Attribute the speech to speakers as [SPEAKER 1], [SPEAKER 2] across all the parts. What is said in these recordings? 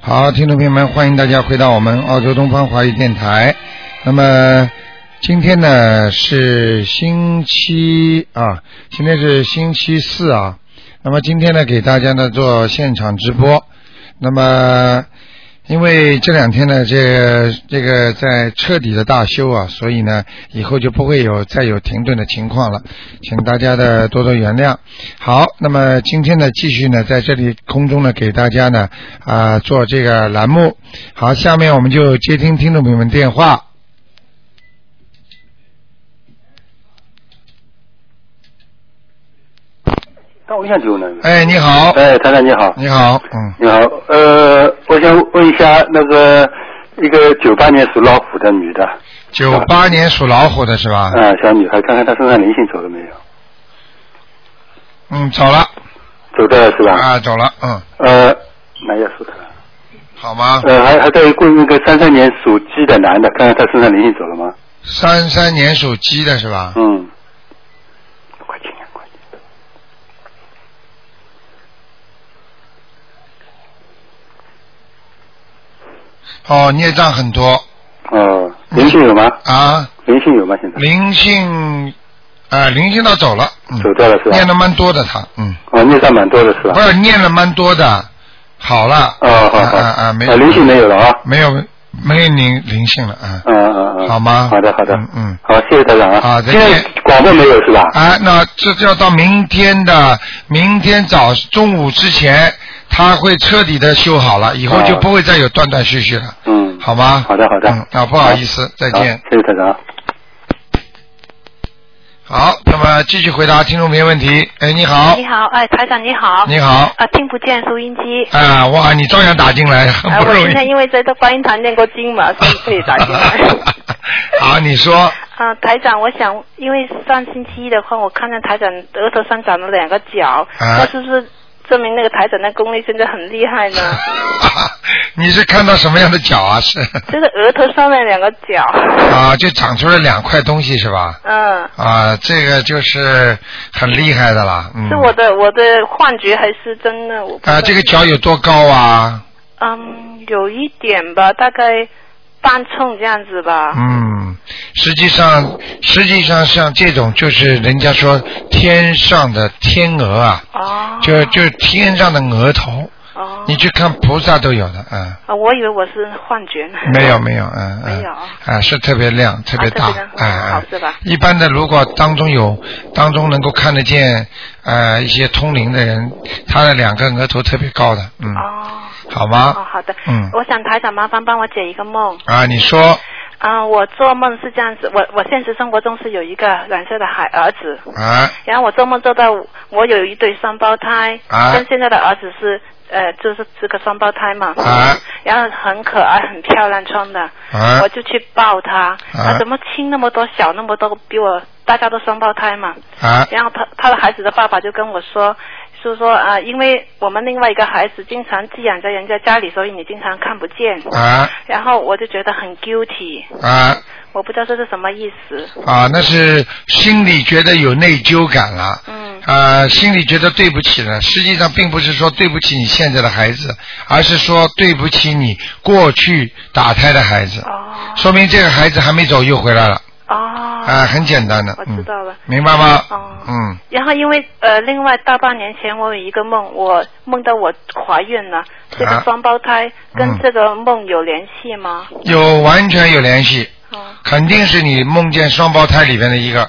[SPEAKER 1] 好，听众朋友们，欢迎大家回到我们澳洲东方华语电台。那么今天呢是星期啊，今天是星期四啊。那么今天呢，给大家呢做现场直播。那么因为这两天呢，这个、这个在彻底的大修啊，所以呢，以后就不会有再有停顿的情况了，请大家的多多原谅。好，那么今天呢，继续呢，在这里空中呢，给大家呢啊、做这个栏目。好，下面我们就接听听众朋友们电话。
[SPEAKER 2] 到我想就呢。
[SPEAKER 1] 哎，你好，
[SPEAKER 2] 哎，团长你好，
[SPEAKER 1] 你好，嗯，
[SPEAKER 2] 你好，呃，我想问一下那个一个九八年属老虎的女
[SPEAKER 1] 啊
[SPEAKER 2] 的，
[SPEAKER 1] 九八年属老虎的是吧？
[SPEAKER 2] 啊，小女孩，看看她身上灵性走了没有？
[SPEAKER 1] 嗯，走了
[SPEAKER 2] 走掉了是吧？
[SPEAKER 1] 啊，走了，嗯，
[SPEAKER 2] 呃，那要是她，
[SPEAKER 1] 好吗？
[SPEAKER 2] 呃，还还在问那个三三年属鸡的男的，看看他身上灵性走了
[SPEAKER 1] 啊
[SPEAKER 2] 吗？
[SPEAKER 1] 三三年属鸡的是吧？
[SPEAKER 2] 嗯，快点啊，快点，
[SPEAKER 1] 哦，孽障很多
[SPEAKER 2] 哦、灵性有吗？
[SPEAKER 1] 啊，
[SPEAKER 2] 灵性有吗？现在
[SPEAKER 1] 灵性啊、灵性倒走了，嗯，
[SPEAKER 2] 走掉了是吧？
[SPEAKER 1] 念了蛮多的他，嗯，
[SPEAKER 2] 哦，孽障蛮多的是吧
[SPEAKER 1] 不？是念了蛮多的，好了，
[SPEAKER 2] 哦，好好，
[SPEAKER 1] 啊啊啊没
[SPEAKER 2] 灵性没有了啊。
[SPEAKER 1] 没有没有灵灵性了啊，
[SPEAKER 2] 嗯嗯嗯，
[SPEAKER 1] 好吗
[SPEAKER 2] 好的好的，
[SPEAKER 1] 嗯嗯
[SPEAKER 2] 好，谢谢台长啊。
[SPEAKER 1] 好再
[SPEAKER 2] 今
[SPEAKER 1] 见
[SPEAKER 2] 天广播没有是吧？
[SPEAKER 1] 啊，那这就要到明天的明天早中午之前，他会彻底的修好了，以后就
[SPEAKER 2] 哦
[SPEAKER 1] 不会再有断断续续了，
[SPEAKER 2] 嗯，
[SPEAKER 1] 好吗？
[SPEAKER 2] 好的好的
[SPEAKER 1] 嗯，啊，不好意思，再见。
[SPEAKER 2] 好谢谢台
[SPEAKER 3] 啊
[SPEAKER 2] 长。
[SPEAKER 1] 好，那么继续回答听众朋友问题。哎，你好，
[SPEAKER 4] 你好，哎，台长你好。
[SPEAKER 1] 你好，
[SPEAKER 4] 啊，听不见收音机。
[SPEAKER 1] 啊，哇，你照样打进来，很
[SPEAKER 4] 哎、
[SPEAKER 1] 不
[SPEAKER 4] 我
[SPEAKER 1] 容
[SPEAKER 4] 现在
[SPEAKER 1] 易。
[SPEAKER 4] 因为在这观音堂念过经 嘛，所以可以打进来。
[SPEAKER 1] 好，你 说，
[SPEAKER 4] 啊，台长，我想，因为上星期一的话，我看见台长额头上长了两个
[SPEAKER 1] 啊
[SPEAKER 4] 角，那是不是证明那个台长的功力真的很 厉害呢？
[SPEAKER 1] 你是看到什么样的脚啊？是
[SPEAKER 4] 就是额头上面两个角，
[SPEAKER 1] 啊，就长出了两块东西是吧？
[SPEAKER 4] 嗯，
[SPEAKER 1] 啊，这个就是很厉害的啦，嗯。
[SPEAKER 4] 是我的我的幻觉还是真的？我不知道
[SPEAKER 1] 啊，这个脚有多高啊？
[SPEAKER 4] 嗯，有一点吧，大概半寸这样子吧。
[SPEAKER 1] 嗯，实际上，实际上像这种就是人家说天上的天鹅啊，
[SPEAKER 4] 哦，
[SPEAKER 1] 就就是天上的额头，
[SPEAKER 4] 哦，
[SPEAKER 1] 你去看菩萨都有的，嗯。
[SPEAKER 4] 啊，我以为我是幻觉呢。
[SPEAKER 1] 没有没有，嗯嗯，
[SPEAKER 4] 没有
[SPEAKER 1] 啊是特别亮，特别大
[SPEAKER 4] 特别亮，
[SPEAKER 1] 哎、
[SPEAKER 4] 好
[SPEAKER 1] 哎
[SPEAKER 4] 是吧
[SPEAKER 1] 一般的，如果当中有当中能够看得见，呃，一些通灵的人，他的两个额头特别高的，嗯，
[SPEAKER 4] 哦，
[SPEAKER 1] 好吗？
[SPEAKER 4] 哦，好的，
[SPEAKER 1] 嗯
[SPEAKER 4] 我想台长麻烦帮我解一个梦。
[SPEAKER 1] 啊，你说
[SPEAKER 4] 啊、我做梦是这样子，我我现实生活中是有一个染色的孩儿子，
[SPEAKER 1] 啊
[SPEAKER 4] 然后我做梦做到我有一对双胞胎，
[SPEAKER 1] 啊
[SPEAKER 4] 跟现在的儿子是呃就是这个双胞胎嘛，
[SPEAKER 1] 啊
[SPEAKER 4] 然后很可爱很漂亮穿的，
[SPEAKER 1] 啊
[SPEAKER 4] 我就去抱他，啊怎么亲那么多小那么多比我大家都双胞胎嘛，
[SPEAKER 1] 啊
[SPEAKER 4] 然后他他的孩子的爸爸就跟我说，是说啊，因为我们另外一个孩子经常寄养在人家家里，所以你经常看不见。
[SPEAKER 1] 啊
[SPEAKER 4] 然后我就觉得很 guilty，
[SPEAKER 1] 啊
[SPEAKER 4] 我不知道这是什么意思。
[SPEAKER 1] 啊，那是心里觉得有内疚感了。
[SPEAKER 4] 嗯，
[SPEAKER 1] 啊，心里觉得对不起了，实际上并不是说对不起你现在的孩子，而是说对不起你过去打胎的孩子。
[SPEAKER 4] 哦
[SPEAKER 1] 说明这个孩子还没走又回来了，
[SPEAKER 4] 哦，
[SPEAKER 1] 啊，很简单的，
[SPEAKER 4] 我知
[SPEAKER 1] 嗯，
[SPEAKER 4] 道了。
[SPEAKER 1] 明白吗？
[SPEAKER 4] 哦
[SPEAKER 1] 嗯，
[SPEAKER 4] 然后因为呃，另外大半年前我有一个梦，我梦到我怀孕了，这
[SPEAKER 1] 啊
[SPEAKER 4] 个双胞胎
[SPEAKER 1] 嗯
[SPEAKER 4] 跟这个梦有联系吗？
[SPEAKER 1] 有完全有联系，
[SPEAKER 4] 哦
[SPEAKER 1] 肯定是你梦见双胞胎里边的一个，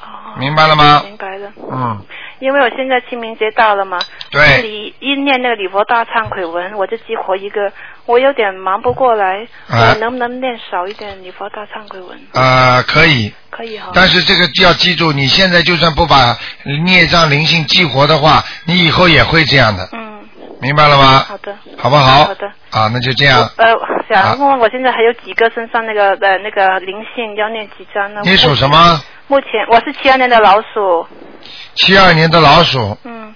[SPEAKER 4] 哦，
[SPEAKER 1] 明白了吗？
[SPEAKER 4] 明白了。
[SPEAKER 1] 嗯，
[SPEAKER 4] 因为我现在清明节到了嘛，
[SPEAKER 1] 对
[SPEAKER 4] 礼一念那个礼佛大忏悔文，我就激活一个，我有点忙不过来，
[SPEAKER 1] 啊
[SPEAKER 4] 我能不能念少一点礼佛大忏悔文？
[SPEAKER 1] 啊，可以，
[SPEAKER 4] 可以哈、
[SPEAKER 1] 但是这个要记住，你现在就算不把孽障灵性激活的话，你以后也会这样的，
[SPEAKER 4] 嗯，
[SPEAKER 1] 明白了吗？
[SPEAKER 4] 好的。
[SPEAKER 1] 好不好？
[SPEAKER 4] 好的。
[SPEAKER 1] 啊，那就这样。啊
[SPEAKER 4] 我呃，想问问我现在还有几个身上那个呃那个灵性要念几张呢？
[SPEAKER 1] 你属什
[SPEAKER 4] 么？
[SPEAKER 1] 么？
[SPEAKER 4] 目前我是七二年的老鼠，
[SPEAKER 1] 七二年的老鼠，
[SPEAKER 4] 嗯，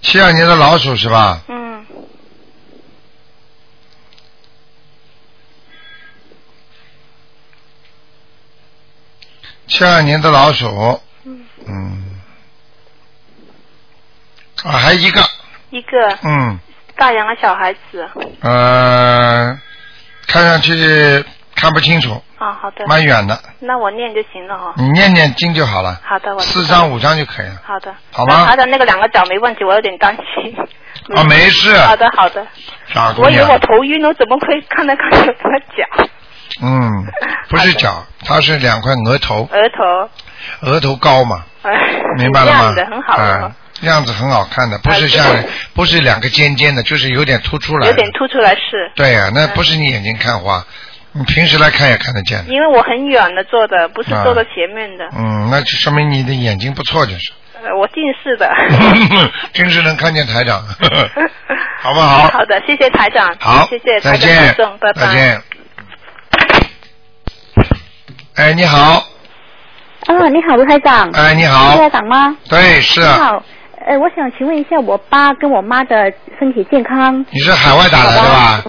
[SPEAKER 1] 七二年的老鼠是吧？
[SPEAKER 4] 嗯，
[SPEAKER 1] 七二年的老鼠，嗯，啊，还一个，
[SPEAKER 4] 一个
[SPEAKER 1] 嗯，
[SPEAKER 4] 大洋的小孩子。
[SPEAKER 1] 呃，看上去看不清楚，
[SPEAKER 4] 啊，好的。
[SPEAKER 1] 蛮远的，
[SPEAKER 4] 那我念就行了哈、
[SPEAKER 1] 你念念经就好了，
[SPEAKER 4] 好的，我知
[SPEAKER 1] 嗯
[SPEAKER 4] 道
[SPEAKER 1] 四张五张就可以了。
[SPEAKER 4] 好的，
[SPEAKER 1] 好吗
[SPEAKER 4] 嗯那他的那个两个脚没问题，我有点担心。嗯
[SPEAKER 1] 啊，没事，
[SPEAKER 4] 好的，好的。
[SPEAKER 1] 傻姑
[SPEAKER 4] 我以为
[SPEAKER 1] 娘
[SPEAKER 4] 我，头晕了，我怎么会看着看着他脚、
[SPEAKER 1] 嗯，不是脚，它是两块额头，
[SPEAKER 4] 额头？
[SPEAKER 1] 额头高嘛，
[SPEAKER 4] 呃，
[SPEAKER 1] 明白了吗？
[SPEAKER 4] 亮的很好的
[SPEAKER 1] 啊
[SPEAKER 4] 哈，
[SPEAKER 1] 样子很好看的，不是像
[SPEAKER 4] 哎对
[SPEAKER 1] 不是两个尖尖的，就是有点凸出来
[SPEAKER 4] 有
[SPEAKER 1] 的。
[SPEAKER 4] 点凸出来是，
[SPEAKER 1] 对呀、那不是你眼睛看花，你平时来看也看得见的。
[SPEAKER 4] 因为我很远的坐的，不是
[SPEAKER 1] 啊
[SPEAKER 4] 坐的前面的，
[SPEAKER 1] 嗯，那就说明你的眼睛不错， 就是，
[SPEAKER 4] 呃，我近视的。
[SPEAKER 1] 真是能看见台 长， 好不好？
[SPEAKER 4] 好的，谢谢台长，
[SPEAKER 1] 好，
[SPEAKER 4] 谢谢
[SPEAKER 1] 再
[SPEAKER 4] 台长
[SPEAKER 1] 见
[SPEAKER 4] 保重，拜拜。
[SPEAKER 1] 再见。哎，你好，
[SPEAKER 5] 哦，你好，卢台长。
[SPEAKER 1] 哎，你
[SPEAKER 5] 卢
[SPEAKER 1] 好
[SPEAKER 5] 台，长吗？
[SPEAKER 1] 对，是啊
[SPEAKER 5] 你，好，呃，我想请问一下我爸跟我妈的身体健康。
[SPEAKER 1] 你是海外打来的吧？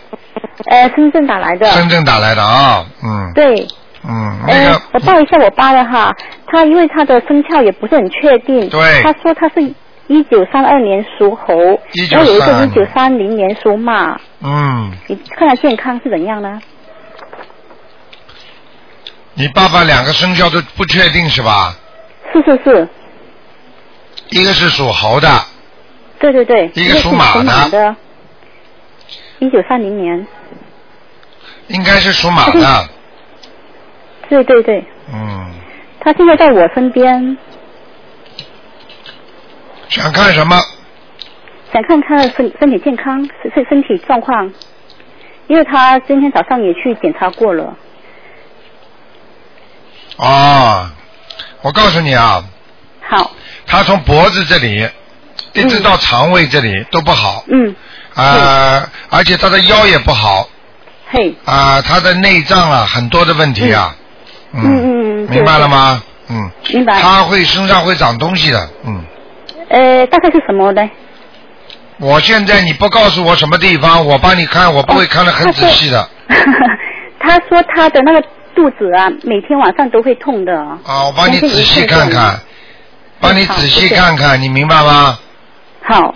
[SPEAKER 5] 呃，深圳打来的。
[SPEAKER 1] 深圳打来的啊，嗯，
[SPEAKER 5] 对，
[SPEAKER 1] 嗯，那
[SPEAKER 5] 呃
[SPEAKER 1] 个，，
[SPEAKER 5] 我报一下我爸了哈，他因为他的生肖也不是很确定，
[SPEAKER 1] 对
[SPEAKER 5] 他说他是一九三二年属猴，
[SPEAKER 1] 1932
[SPEAKER 5] 然后有一个一九三零年属马，
[SPEAKER 1] 嗯，
[SPEAKER 5] 你看他健康是怎样呢？
[SPEAKER 1] 你爸爸两个生肖都不确定是吧？
[SPEAKER 5] 是是是，
[SPEAKER 1] 一个是属猴的，
[SPEAKER 5] 对对对，
[SPEAKER 1] 一个
[SPEAKER 5] 个是
[SPEAKER 1] 属马的
[SPEAKER 5] 马的，一九三零年，
[SPEAKER 1] 应该是属马的，
[SPEAKER 5] 对对对，
[SPEAKER 1] 嗯，
[SPEAKER 5] 他现在在我身边，
[SPEAKER 1] 想看什么？
[SPEAKER 5] 想看他的身身体健康、身身身体状况，因为他今天早上也去检查过了。
[SPEAKER 1] 哦，我告诉你啊，
[SPEAKER 5] 好，
[SPEAKER 1] 他从脖子这里一直到肠胃这里都不好
[SPEAKER 5] 嗯，
[SPEAKER 1] 啊、而且他的腰也不好
[SPEAKER 5] 嘿，
[SPEAKER 1] 啊、他的内脏啊很多的问题啊，嗯，
[SPEAKER 5] 嗯嗯嗯对哎
[SPEAKER 1] 明白了吗？嗯，
[SPEAKER 5] 明白。
[SPEAKER 1] 他会身上会长东西的，嗯，
[SPEAKER 5] 呃，大概是什么呢？
[SPEAKER 1] 我现在你不告诉我什么地方，我帮你看，我不会看得很仔细的、
[SPEAKER 5] 他说他的那个肚子啊，每天晚上都会痛的。
[SPEAKER 1] 啊，我帮你仔细看
[SPEAKER 5] 哦
[SPEAKER 1] 看，帮你仔细
[SPEAKER 5] 嗯好谢谢
[SPEAKER 1] 看看，你明白吗？
[SPEAKER 5] 好，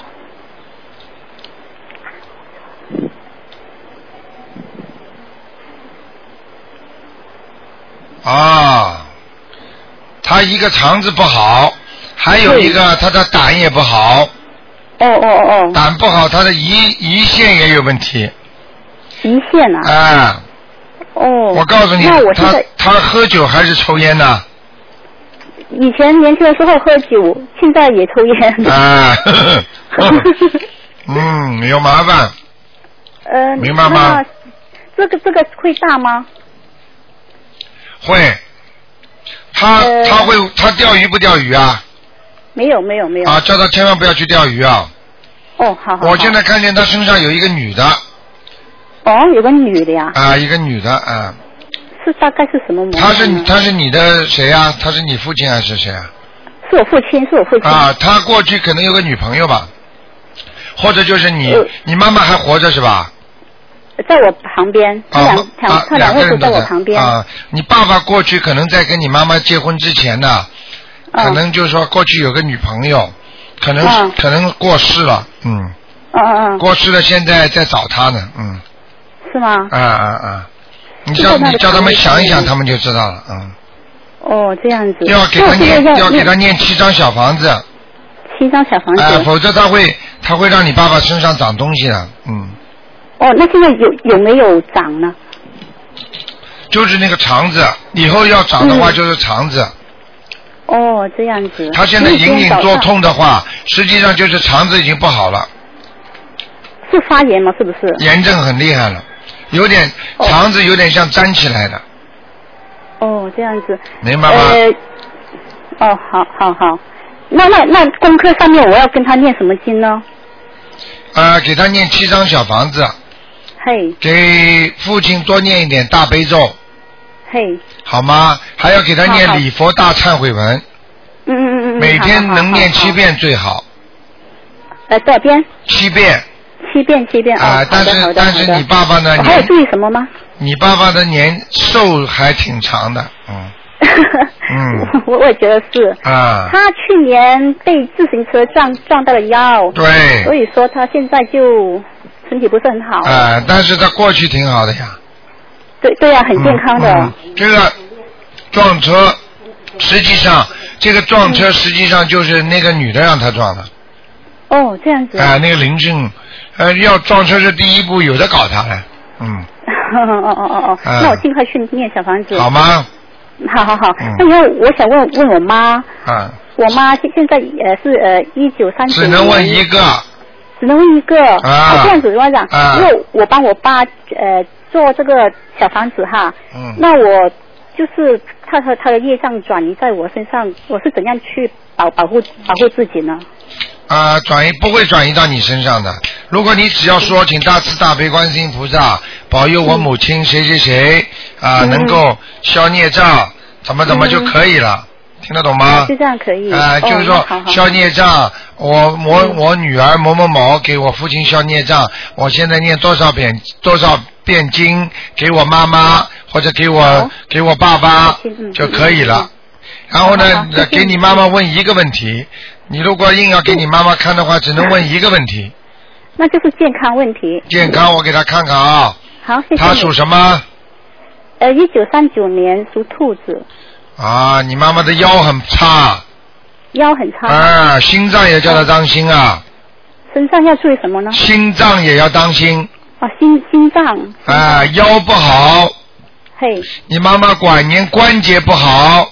[SPEAKER 1] 啊，他一个肠子不好，还有一个他的胆也不好，
[SPEAKER 5] 哦哦哦哦，
[SPEAKER 1] 胆不好，他的胰胰腺也有问题。
[SPEAKER 5] 胰腺啊，
[SPEAKER 1] 啊，
[SPEAKER 5] 哦。
[SPEAKER 1] 我告诉你
[SPEAKER 5] 那我，现
[SPEAKER 1] 他
[SPEAKER 5] 在
[SPEAKER 1] 他喝酒还是抽烟呢？
[SPEAKER 5] 以前年轻的时候喝酒，现在也抽烟。
[SPEAKER 1] 啊， 呵呵嗯，有麻烦。
[SPEAKER 5] 呃，
[SPEAKER 1] 明白吗
[SPEAKER 5] 那？这个这个会大吗？
[SPEAKER 1] 会，他
[SPEAKER 5] 呃
[SPEAKER 1] 他会他钓鱼不钓鱼啊？
[SPEAKER 5] 没有没有没有。
[SPEAKER 1] 啊，叫他千万不要去钓鱼啊！
[SPEAKER 5] 哦，好好好。啊
[SPEAKER 1] 我现在看见他身上有一个女的
[SPEAKER 5] 哦，有个女的呀，
[SPEAKER 1] 啊，一个女的啊，
[SPEAKER 5] 是大概是什么模样
[SPEAKER 1] 她
[SPEAKER 5] 呢？
[SPEAKER 1] 是她是你的谁啊？她是你父亲还是谁啊？
[SPEAKER 5] 是我父亲，是我父亲。
[SPEAKER 1] 啊，他过去可能有个女朋友吧，或者就是你
[SPEAKER 5] 呃，
[SPEAKER 1] 你妈妈还活着是吧？
[SPEAKER 5] 在我旁边，他
[SPEAKER 1] 啊
[SPEAKER 5] 两、
[SPEAKER 1] 啊
[SPEAKER 5] 他
[SPEAKER 1] 两
[SPEAKER 5] 两
[SPEAKER 1] 个
[SPEAKER 5] 位都
[SPEAKER 1] 人
[SPEAKER 5] 在
[SPEAKER 1] 都
[SPEAKER 5] 我旁边。
[SPEAKER 1] 啊，你爸爸过去可能在跟你妈妈结婚之前呢，可能就是说过去有个女朋友，可能、
[SPEAKER 5] 嗯
[SPEAKER 1] 可能过世了，嗯，
[SPEAKER 5] 嗯嗯嗯，
[SPEAKER 1] 过世了，现在在找他呢，嗯，
[SPEAKER 5] 是吗？
[SPEAKER 1] 啊啊啊，你
[SPEAKER 5] 嗯就
[SPEAKER 1] 叫
[SPEAKER 5] 在他的
[SPEAKER 1] 你叫他们
[SPEAKER 5] 旁边
[SPEAKER 1] 想一想，
[SPEAKER 5] 嗯
[SPEAKER 1] 他们就知道了，嗯，
[SPEAKER 5] 哦，这样子。
[SPEAKER 1] 要给
[SPEAKER 5] 那
[SPEAKER 1] 他
[SPEAKER 5] 我现在
[SPEAKER 1] 念，要给他
[SPEAKER 5] 念
[SPEAKER 1] 念七张小房子，啊、
[SPEAKER 5] 七张小房子。
[SPEAKER 1] 否则他会他会让你爸爸身上长东西的，嗯。
[SPEAKER 5] 哦，那现在有有没有涨呢？
[SPEAKER 1] 就是那个肠子，以后要长的话
[SPEAKER 5] 嗯
[SPEAKER 1] 就是肠子。
[SPEAKER 5] 哦，这样子。
[SPEAKER 1] 他现在
[SPEAKER 5] 因为今
[SPEAKER 1] 隐隐
[SPEAKER 5] 天早
[SPEAKER 1] 作
[SPEAKER 5] 上
[SPEAKER 1] 痛的话，实际上就是肠子已经不好了，
[SPEAKER 5] 是发炎吗？是不是？
[SPEAKER 1] 炎症很厉害了，有点
[SPEAKER 5] 哦
[SPEAKER 1] 肠子有点像粘起来的，
[SPEAKER 5] 哦，这样子。
[SPEAKER 1] 明白吗？
[SPEAKER 5] 呃，哦，好好好。那那那功课上面我要跟他念什么经呢？
[SPEAKER 1] 呃，给他念七张小房子，
[SPEAKER 5] 嘿
[SPEAKER 1] 给父亲多念一点大悲咒，
[SPEAKER 5] 嘿，
[SPEAKER 1] 好吗？还要给他
[SPEAKER 5] 好
[SPEAKER 1] 念
[SPEAKER 5] 好
[SPEAKER 1] 礼佛大忏悔文，
[SPEAKER 5] 嗯嗯嗯嗯。
[SPEAKER 1] 每
[SPEAKER 5] 好
[SPEAKER 1] 天
[SPEAKER 5] 好
[SPEAKER 1] 能
[SPEAKER 5] 好
[SPEAKER 1] 念
[SPEAKER 5] 好
[SPEAKER 1] 七遍最好，
[SPEAKER 5] 呃，多少遍？
[SPEAKER 1] 七遍
[SPEAKER 5] 七遍，七遍。
[SPEAKER 1] 啊、
[SPEAKER 5] 哦
[SPEAKER 1] 但
[SPEAKER 5] 好
[SPEAKER 1] 是
[SPEAKER 5] 的好的
[SPEAKER 1] 但
[SPEAKER 5] 好
[SPEAKER 1] 是
[SPEAKER 5] 的
[SPEAKER 1] 你爸爸呢？
[SPEAKER 5] 我还有
[SPEAKER 1] 年
[SPEAKER 5] 注意什么吗？
[SPEAKER 1] 你爸爸的年寿还挺长的，嗯。嗯，
[SPEAKER 5] 我我也觉得是。
[SPEAKER 1] 啊，
[SPEAKER 5] 他去年被自行车撞撞到了腰，
[SPEAKER 1] 对
[SPEAKER 5] 所以说他现在就身体不是很好。
[SPEAKER 1] 啊，但是他过去挺好的呀，
[SPEAKER 5] 对对呀、很健康的。
[SPEAKER 1] 嗯这个撞车，实际上这个撞
[SPEAKER 5] 嗯
[SPEAKER 1] 车实际上就是那个女的让他撞的，
[SPEAKER 5] 哦，这样子。
[SPEAKER 1] 啊，那个林正，呃，要撞车是第一步，有的搞他了，嗯，
[SPEAKER 5] 哦哦哦哦，
[SPEAKER 1] 啊
[SPEAKER 5] 那我尽快去念小房子。
[SPEAKER 1] 好？吗？
[SPEAKER 5] 好好好
[SPEAKER 1] 嗯。
[SPEAKER 5] 那以后我想问问我妈，
[SPEAKER 1] 啊，
[SPEAKER 5] 我妈现现在呃是呃一九三九
[SPEAKER 1] 只能问一个，
[SPEAKER 5] 只能问一个。
[SPEAKER 1] 啊
[SPEAKER 5] 哦这样子，班长，
[SPEAKER 1] 啊
[SPEAKER 5] 因为我帮我爸呃做这个小房子哈，
[SPEAKER 1] 嗯，
[SPEAKER 5] 那我就是他和他的业障转移在我身上，我是怎样去保保护保护自己呢？
[SPEAKER 1] 啊，转移不会转移到你身上的。如果你只要说，请大慈大悲观世音菩萨保佑我母亲谁谁谁啊、
[SPEAKER 5] 嗯
[SPEAKER 1] 能够消孽障，怎么怎么就可以了，听得懂吗？
[SPEAKER 5] 就这样可以。
[SPEAKER 1] 啊、就是
[SPEAKER 5] 哦
[SPEAKER 1] 说
[SPEAKER 5] 那好好嗯
[SPEAKER 1] 消孽障，我我我女儿某某某给我父亲消孽障，我现在念多少遍多少遍经给我妈妈或者给我
[SPEAKER 5] 好
[SPEAKER 1] 给我爸爸
[SPEAKER 5] 嗯嗯
[SPEAKER 1] 就可以了
[SPEAKER 5] 嗯。
[SPEAKER 1] 然后
[SPEAKER 5] 好
[SPEAKER 1] 呢
[SPEAKER 5] 好谢谢，
[SPEAKER 1] 给你妈妈问一个问题，你如果硬要给你妈妈看的话，只能问一个问题。
[SPEAKER 5] 那就是健康问题。
[SPEAKER 1] 健康，我给她看看啊，
[SPEAKER 5] 好，谢谢
[SPEAKER 1] 她
[SPEAKER 5] 你
[SPEAKER 1] 属什么？
[SPEAKER 5] 呃，一九三九年属兔子，
[SPEAKER 1] 啊，你妈妈的腰很差，
[SPEAKER 5] 腰很差，
[SPEAKER 1] 啊，心脏也叫她当心啊，
[SPEAKER 5] 身上要注意什么呢？
[SPEAKER 1] 心脏也要当心，
[SPEAKER 5] 哦，心心脏，
[SPEAKER 1] 啊，腰不好，
[SPEAKER 5] 嘿，
[SPEAKER 1] 你妈妈晚年关节不好，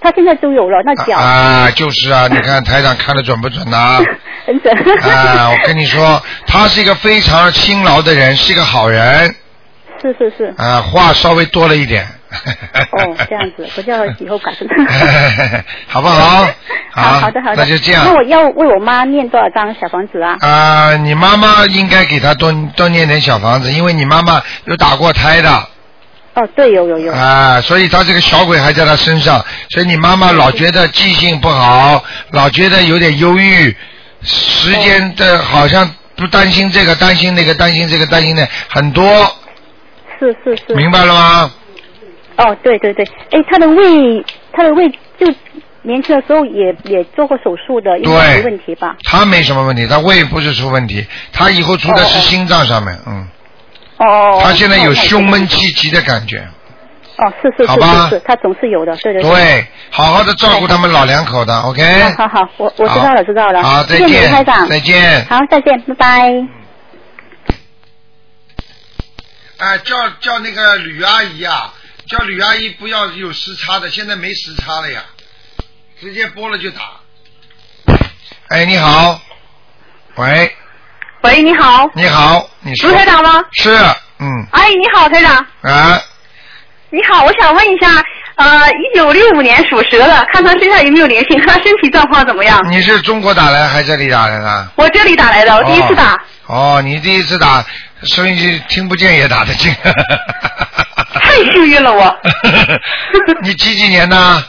[SPEAKER 5] 他现在都有了，那脚、
[SPEAKER 1] 啊，就是啊，你看台长看的准不准呐、啊？
[SPEAKER 5] 很准。
[SPEAKER 1] 我跟你说，她是一个非常辛劳的人，是一个好人，
[SPEAKER 5] 是是是，
[SPEAKER 1] 啊，话稍微多了一点。
[SPEAKER 5] 哦，这样 子，我叫以后改正。
[SPEAKER 1] 好不啊好？
[SPEAKER 5] 好好的好的，
[SPEAKER 1] 那就这样。
[SPEAKER 5] 那我要为我妈念多少张小房子啊？
[SPEAKER 1] 啊、你妈妈应该给她多多念点小房子，因为你妈妈有打过胎的啊、
[SPEAKER 5] 哦，对，有有有，
[SPEAKER 1] 所以她这个小鬼还在她身上，所以你妈妈老觉得记性不好，老觉得有点忧郁，时间
[SPEAKER 5] 哦
[SPEAKER 1] 的好像不担心这个，担心那个，担心这个，担心那个很多，
[SPEAKER 5] 是是是。
[SPEAKER 1] 明白了吗？
[SPEAKER 5] 哦，对对对，哎，她的胃，她的胃就年轻的时候也也做过手术的，应该
[SPEAKER 1] 对
[SPEAKER 5] 没问题吧？
[SPEAKER 1] 她没什么问题，她胃不是出问题，她以后出的是
[SPEAKER 5] 哦哦
[SPEAKER 1] 心脏上面，嗯，
[SPEAKER 5] 哦。
[SPEAKER 1] 她现在有
[SPEAKER 5] 那我
[SPEAKER 1] 胸闷气急的感觉，
[SPEAKER 5] 哦，是是是
[SPEAKER 1] 好吧
[SPEAKER 5] 是是，他总是有的，对对。哦
[SPEAKER 1] 对，好好的照顾他们老两口的，OK。
[SPEAKER 5] 好好，我我知道了，知道了。
[SPEAKER 1] 好，再
[SPEAKER 5] 谢谢你，
[SPEAKER 1] 见
[SPEAKER 5] 台长。，
[SPEAKER 1] 再见。
[SPEAKER 5] 好，再见，拜拜。
[SPEAKER 1] 哎，叫叫那个吕阿姨啊，叫吕阿姨不要有时差的，现在没时差了呀，直接拨了就打。哎，你好，喂，
[SPEAKER 6] 喂，你好，
[SPEAKER 1] 你好，你是
[SPEAKER 6] 卢台长吗？
[SPEAKER 1] 是，嗯，
[SPEAKER 6] 哎，你好，台长，
[SPEAKER 1] 啊，
[SPEAKER 6] 你好，我想问一下，呃，一九六五年属蛇的，看他身上有没有灵性，看他身体状况怎么样。
[SPEAKER 1] 你是中国打来还是这里打来的？
[SPEAKER 6] 我这里打来的，我第一次打。
[SPEAKER 1] 哦。哦，你第一次打，收音机听不见也打得进。。
[SPEAKER 6] 太幸运了我
[SPEAKER 1] 你几几年的？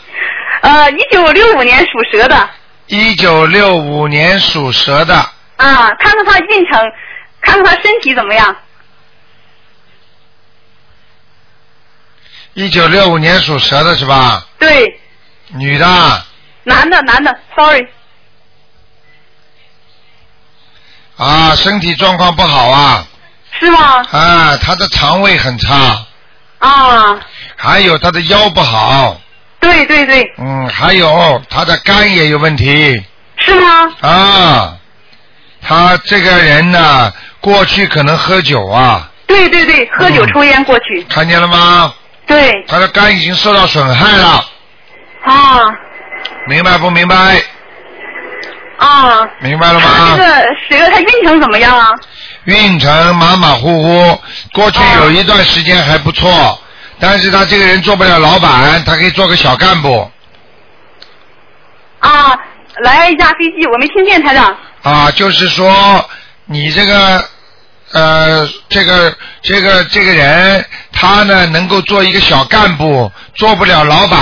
[SPEAKER 6] 呃，一九六五年属蛇的，
[SPEAKER 1] 一九六五年属蛇的。
[SPEAKER 6] 啊，看看他运程，看看他身体怎么样。
[SPEAKER 1] 一九六五年属蛇的是吧？
[SPEAKER 6] 对，
[SPEAKER 1] 女的
[SPEAKER 6] 男的，男的，sorry，
[SPEAKER 1] 啊，身体状况不好啊，
[SPEAKER 6] 是吗？
[SPEAKER 1] 啊，她的肠胃很差，
[SPEAKER 6] 啊，
[SPEAKER 1] 还有她的腰不好，
[SPEAKER 6] 对对对，
[SPEAKER 1] 嗯，还有她的肝也有问题
[SPEAKER 6] 是吗？
[SPEAKER 1] 啊。她这个人呢，过去可能喝酒啊，
[SPEAKER 6] 对对对，喝酒
[SPEAKER 1] 嗯
[SPEAKER 6] 抽烟过去。
[SPEAKER 1] 看见了吗？
[SPEAKER 6] 对，
[SPEAKER 1] 她的肝已经受到损害了，
[SPEAKER 6] 啊
[SPEAKER 1] 明白不明白？
[SPEAKER 6] 啊，
[SPEAKER 1] 明白了
[SPEAKER 6] 他
[SPEAKER 1] 吗？
[SPEAKER 6] 这个蛇他运程怎么样啊？
[SPEAKER 1] 运程马马虎虎，过去有一段时间还不错，但是他这个人做不了老板，他可以做个小干部
[SPEAKER 6] 啊，来一架飞机，我没听见台长。
[SPEAKER 1] 啊，就是说你这个呃这个这个这个人，他呢能够做一个小干部，做不了老板，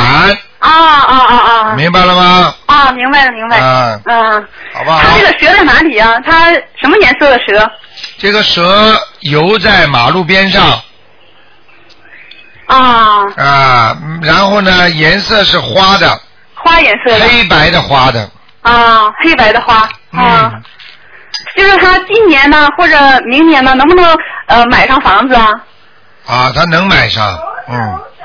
[SPEAKER 6] 啊啊啊啊！
[SPEAKER 1] 明白了吗？
[SPEAKER 6] 啊，明白了，明白。
[SPEAKER 1] 啊
[SPEAKER 6] 嗯。
[SPEAKER 1] 好不好
[SPEAKER 6] 他这个蛇在哪里啊？他什么颜色的蛇？
[SPEAKER 1] 这个蛇游在马路边上，
[SPEAKER 6] 啊，
[SPEAKER 1] 啊，嗯然后呢，颜色是花的，
[SPEAKER 6] 花颜色的
[SPEAKER 1] 黑白的花的，
[SPEAKER 6] 啊，黑白的花啊，
[SPEAKER 1] 嗯，
[SPEAKER 6] 就是他今年呢或者明年呢，能不能呃买上房子啊？
[SPEAKER 1] 啊，他能买上，嗯，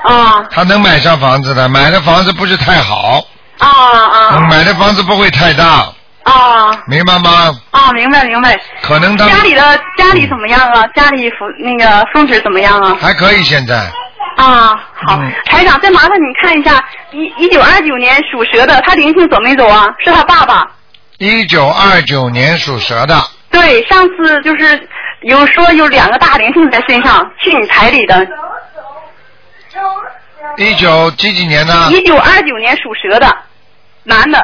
[SPEAKER 6] 啊
[SPEAKER 1] 他能买上房子的，买的房子不是太好，嗯
[SPEAKER 6] 啊啊
[SPEAKER 1] 买的房子不会太大，
[SPEAKER 6] 啊
[SPEAKER 1] 明白吗？
[SPEAKER 6] 啊！明白明白。
[SPEAKER 1] 可能他
[SPEAKER 6] 家里的家里怎么样啊？家里风那个风水怎么样啊？
[SPEAKER 1] 还可以现在，
[SPEAKER 6] 啊，好
[SPEAKER 1] 嗯，
[SPEAKER 6] 台长，再麻烦你看一下，一一九二九年属蛇的，他灵性走没走啊？是他爸爸。
[SPEAKER 1] 一九二九年属蛇的，
[SPEAKER 6] 对，上次就是有说有两个大灵性在身上，去你台里的。
[SPEAKER 1] 一九几几年呢？
[SPEAKER 6] 一九二九年属蛇的，男的。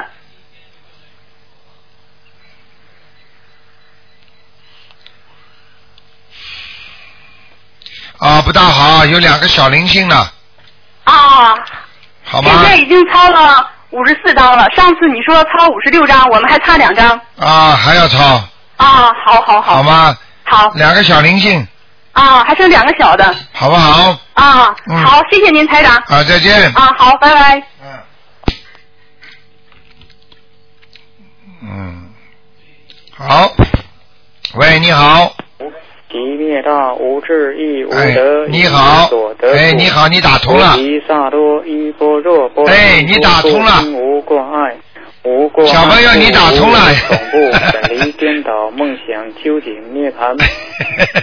[SPEAKER 1] 啊，不大好，有两个小灵性呢，
[SPEAKER 6] 啊，
[SPEAKER 1] 好吗
[SPEAKER 6] 现？在已经超了五十四张了。上次你说超五十六张，我们还差两张。
[SPEAKER 1] 啊，还要抄，
[SPEAKER 6] 啊，好好好。
[SPEAKER 1] 好？吗？
[SPEAKER 6] 好
[SPEAKER 1] 两个小灵性，
[SPEAKER 6] 啊，还剩两个小的。
[SPEAKER 1] 好不好？
[SPEAKER 6] 啊，
[SPEAKER 1] 嗯
[SPEAKER 6] 好，谢谢您，台长。
[SPEAKER 1] 啊，再见。
[SPEAKER 6] 啊，好，拜拜。
[SPEAKER 1] 嗯。嗯。好。喂，你好。
[SPEAKER 3] 敌灭大，无智亦无
[SPEAKER 1] 哎
[SPEAKER 3] 德。，
[SPEAKER 1] 你好
[SPEAKER 3] 所得。故
[SPEAKER 1] 哎，你好，你打通了
[SPEAKER 3] 菩。提萨多依般若波罗
[SPEAKER 1] 哎你打通了
[SPEAKER 3] 心无挂碍，无过
[SPEAKER 1] 小朋友你打通了
[SPEAKER 3] 总部本离颠倒，梦想究竟涅槃。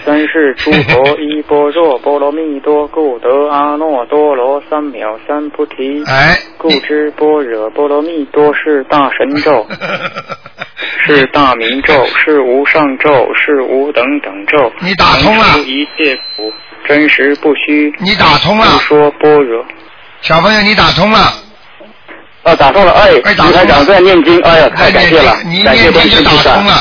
[SPEAKER 3] 三世诸佛 依般若波罗蜜多故，得阿耨多罗三藐三菩提。
[SPEAKER 1] 哎。
[SPEAKER 3] 故知般若波罗蜜多是大神咒。
[SPEAKER 1] 哎
[SPEAKER 3] 是大明咒，是无上咒，是无等等咒。
[SPEAKER 1] 你打通了
[SPEAKER 3] 能除一切苦，真实不虚。
[SPEAKER 1] 你打通了
[SPEAKER 3] 不说般若。
[SPEAKER 1] 小朋友，你打通了。
[SPEAKER 3] 啊，打通了，哎，
[SPEAKER 1] 哎
[SPEAKER 3] 李
[SPEAKER 1] 打通了
[SPEAKER 3] 台长在念经，哎呀，太感谢了，
[SPEAKER 1] 你
[SPEAKER 3] 感谢
[SPEAKER 1] 念
[SPEAKER 3] 观
[SPEAKER 1] 经
[SPEAKER 3] 世
[SPEAKER 1] 就
[SPEAKER 3] 音
[SPEAKER 1] 打
[SPEAKER 3] 菩萨
[SPEAKER 1] 通。了。。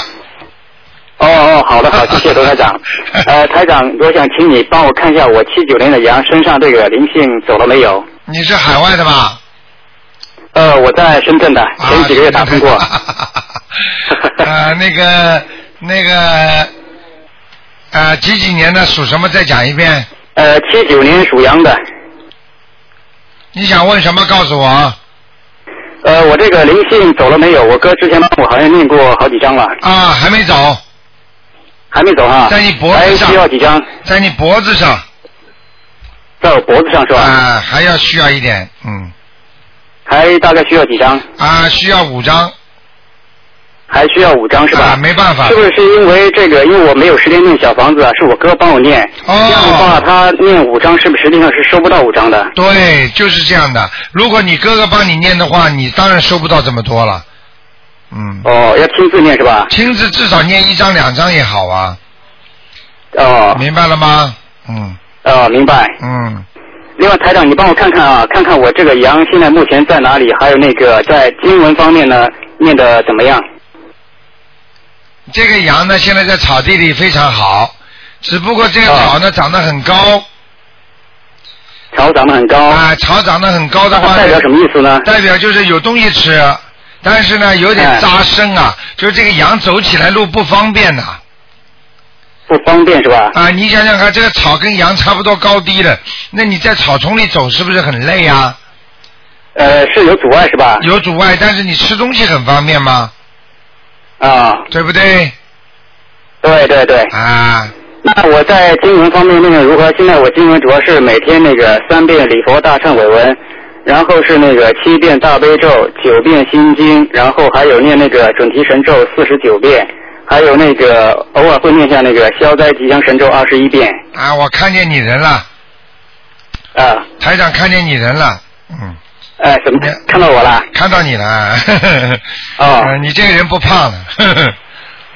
[SPEAKER 3] 哦哦，好的好，谢谢罗台长呃，台长，我想请你帮我看一下我七九年的羊身上这个灵性走了没有？
[SPEAKER 1] 你是海外的吧？
[SPEAKER 3] 呃，我在深圳
[SPEAKER 1] 啊
[SPEAKER 3] 的，前几个月打通过。啊
[SPEAKER 1] 呃，那个那个，呃，几几年的属什么？再讲一遍。
[SPEAKER 3] 呃，七九年属羊的，
[SPEAKER 1] 你想问什么？告诉我。啊
[SPEAKER 3] 呃，我这个灵性走了没有？我哥之前帮我好像念过好几张了。
[SPEAKER 1] 啊，还没走，
[SPEAKER 3] 还没走哈，
[SPEAKER 1] 在你脖子
[SPEAKER 3] 还
[SPEAKER 1] 上
[SPEAKER 3] 需要几张？
[SPEAKER 1] 在你脖子上
[SPEAKER 3] 在我脖子上是吧？
[SPEAKER 1] 啊，还要需要一点，嗯，
[SPEAKER 3] 还大概需要几张？
[SPEAKER 1] 啊，需要五张，
[SPEAKER 3] 还需要五张是吧？
[SPEAKER 1] 啊，没办法
[SPEAKER 3] 是，不是是因为这个？因为我没有时间念小房子啊，是我哥帮我念。这样的话，
[SPEAKER 1] 哦，
[SPEAKER 3] 他念五张，是不是实际上是收不到五张的？
[SPEAKER 1] 对，就是这样的。如果你哥哥帮你念的话，你当然收不到这么多了，嗯，
[SPEAKER 3] 哦，要亲自念是吧？
[SPEAKER 1] 亲自至少念一张两张也好啊，
[SPEAKER 3] 哦，
[SPEAKER 1] 明白了吗？嗯
[SPEAKER 3] 哦，明白。
[SPEAKER 1] 嗯，
[SPEAKER 3] 另外，台长，你帮我看看啊，看看我这个羊现在目前在哪里，还有那个在经文方面呢，念的怎么样？
[SPEAKER 1] 这个羊呢，现在在草地里非常好，只不过这个
[SPEAKER 3] 啊
[SPEAKER 1] 草呢长得很高
[SPEAKER 3] 草长得很高，
[SPEAKER 1] 啊，草长得很高的话
[SPEAKER 3] 哦它
[SPEAKER 1] 呢，
[SPEAKER 3] 代表什么意思呢？
[SPEAKER 1] 代表就是有东西吃，但是呢有
[SPEAKER 3] 哎
[SPEAKER 1] 点扎身啊，就是这个羊走起来路不方便呐、
[SPEAKER 3] 不方便是吧？
[SPEAKER 1] 啊。你想想看，这个草跟羊差不多高低的，那你在草丛里走是不是很累啊？
[SPEAKER 3] 呃，是有阻碍是吧？
[SPEAKER 1] 有阻碍，但是你吃东西很方便吗？
[SPEAKER 3] 啊，
[SPEAKER 1] 对不对？
[SPEAKER 3] 对对对。
[SPEAKER 1] 啊，
[SPEAKER 3] 那我在经文方面那个如何？现在我经文主要是每天那个三遍礼佛大忏悔文，然后是那个七遍大悲咒，九遍心经，然后还有念那个准提神咒四十九遍，还有那个偶尔会念一下那个消灾吉祥神咒二十一遍
[SPEAKER 1] 啊，我看见你人了，
[SPEAKER 3] 啊。
[SPEAKER 1] 台长看见你人了，嗯，
[SPEAKER 3] 哎，怎么
[SPEAKER 1] 你
[SPEAKER 3] 看到我了？
[SPEAKER 1] 看到你 了，啊呵呵
[SPEAKER 3] 哦
[SPEAKER 1] 呃你这个人不胖的，呵呵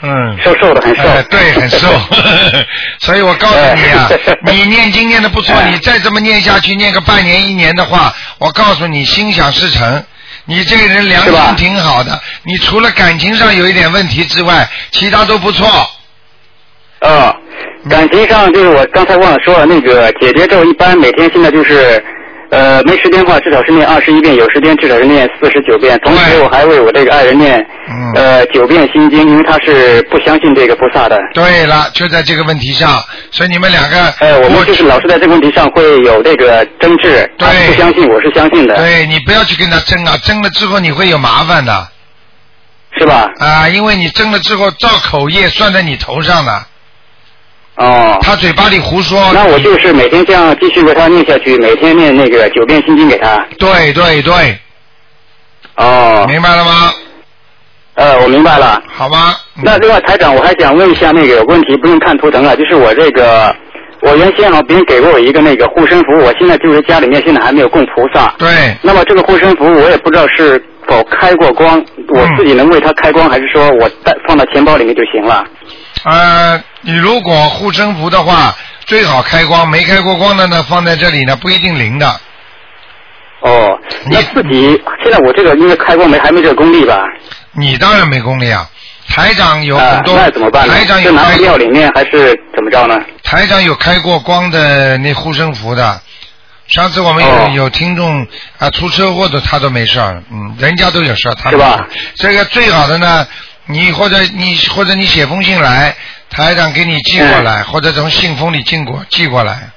[SPEAKER 1] 嗯，
[SPEAKER 3] 瘦瘦的， 很瘦。
[SPEAKER 1] 哎对，很瘦。所以我告诉你啊
[SPEAKER 3] 哎，
[SPEAKER 1] 你念经念的不错，
[SPEAKER 3] 哎
[SPEAKER 1] 你再这么念下去，念个半年一年的话，我告诉你，心想事成。你这个人良
[SPEAKER 3] 是吧
[SPEAKER 1] 心挺好的，你除了感情上有一点问题之外，其他都不错。
[SPEAKER 3] 啊、
[SPEAKER 1] 嗯
[SPEAKER 3] 感情上就是我刚才忘了说了，那个解结咒一般每天现在就是呃，没时间的话，至少是念二十一遍；有时间至少是念四十九遍。同时，我还为我这个爱人念
[SPEAKER 1] 嗯
[SPEAKER 3] 呃九遍心经，因为他是不相信这个菩萨的。
[SPEAKER 1] 对了，就在这个问题上，所以你们两个，
[SPEAKER 3] 哎，我们就是老是在这个问题上会有这个争执。他
[SPEAKER 1] 对
[SPEAKER 3] 不相信，我是相信的。
[SPEAKER 1] 对你不要去跟他争啊，争了之后你会有麻烦的。
[SPEAKER 3] 是吧？
[SPEAKER 1] 啊，因为你争了之后，造口业算在你头上的。
[SPEAKER 3] 哦。
[SPEAKER 1] 他嘴巴里胡说。
[SPEAKER 3] 那我就是每天这样继续为他念下去，每天念那个九遍心经给他。
[SPEAKER 1] 对对对。
[SPEAKER 3] 哦。
[SPEAKER 1] 明白了吗？
[SPEAKER 3] 呃，我明白了。
[SPEAKER 1] 好吗？嗯
[SPEAKER 3] 那另外，台长，我还想问一下那个问题，不用看图腾了，就是我这个，我原先啊，别人给过我一个那个护身符，我现在就是家里面现在还没有供菩萨。
[SPEAKER 1] 对。
[SPEAKER 3] 那么这个护身符，我也不知道是否开过光，我自己能为它开光，还是说我带放到钱包里面就行了？
[SPEAKER 1] 呃，你如果护身符的话，最好开光，没开过光的呢，放在这里呢，不一定灵的。
[SPEAKER 3] 哦，那自己现在我这个因为开光没还没这个功力吧？
[SPEAKER 1] 你当然没功力啊，台长有
[SPEAKER 3] 啊、
[SPEAKER 1] 很多，
[SPEAKER 3] 那怎么办呢
[SPEAKER 1] 台？长
[SPEAKER 3] 是
[SPEAKER 1] 有
[SPEAKER 3] 拿
[SPEAKER 1] 开
[SPEAKER 3] 到庙里面还是怎么着呢？
[SPEAKER 1] 台长有开过光的那护身符的。上次我们有、
[SPEAKER 3] 哦
[SPEAKER 1] 有听众啊出车祸的，他都没事儿，嗯，人家都有事儿，他没
[SPEAKER 3] 是吧
[SPEAKER 1] 事儿？这个最好的呢，你或者你或者你写封信来，台长给你寄过
[SPEAKER 3] 嗯
[SPEAKER 1] 来，或者从信封里进过寄过来。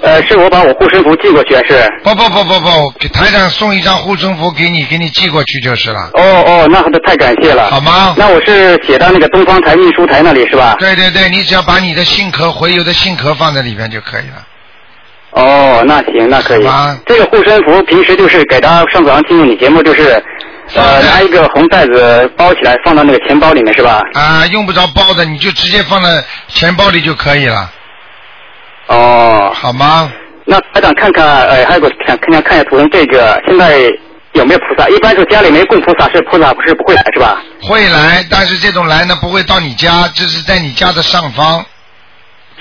[SPEAKER 3] 呃，是我把我护身符寄过去还啊是？
[SPEAKER 1] 不不不不不，给台长送一张护身符给你，给你寄过去就是了。
[SPEAKER 3] 哦哦，那太感谢了。
[SPEAKER 1] 好吗？
[SPEAKER 3] 那我是写到那个东方台秘书台那里是吧？
[SPEAKER 1] 对对对，你只要把你的信壳回邮的信壳放在里面就可以了。
[SPEAKER 3] 哦，那行，那可以。这个护身符平时就是给大家上早上听你节目就是，呃，拿一个红袋子包起来放到那个钱包里面是吧？
[SPEAKER 1] 啊、用不着包的，你就直接放在钱包里就可以了。
[SPEAKER 3] 哦。
[SPEAKER 1] 好吗？
[SPEAKER 3] 那台长看看，呃，还有个想看看看一下图腾，这个现在有没有菩萨？一般是家里没供菩萨，是菩萨不是不会来是吧？
[SPEAKER 1] 会来，但是这种来呢不会到你家，这是在你家的上方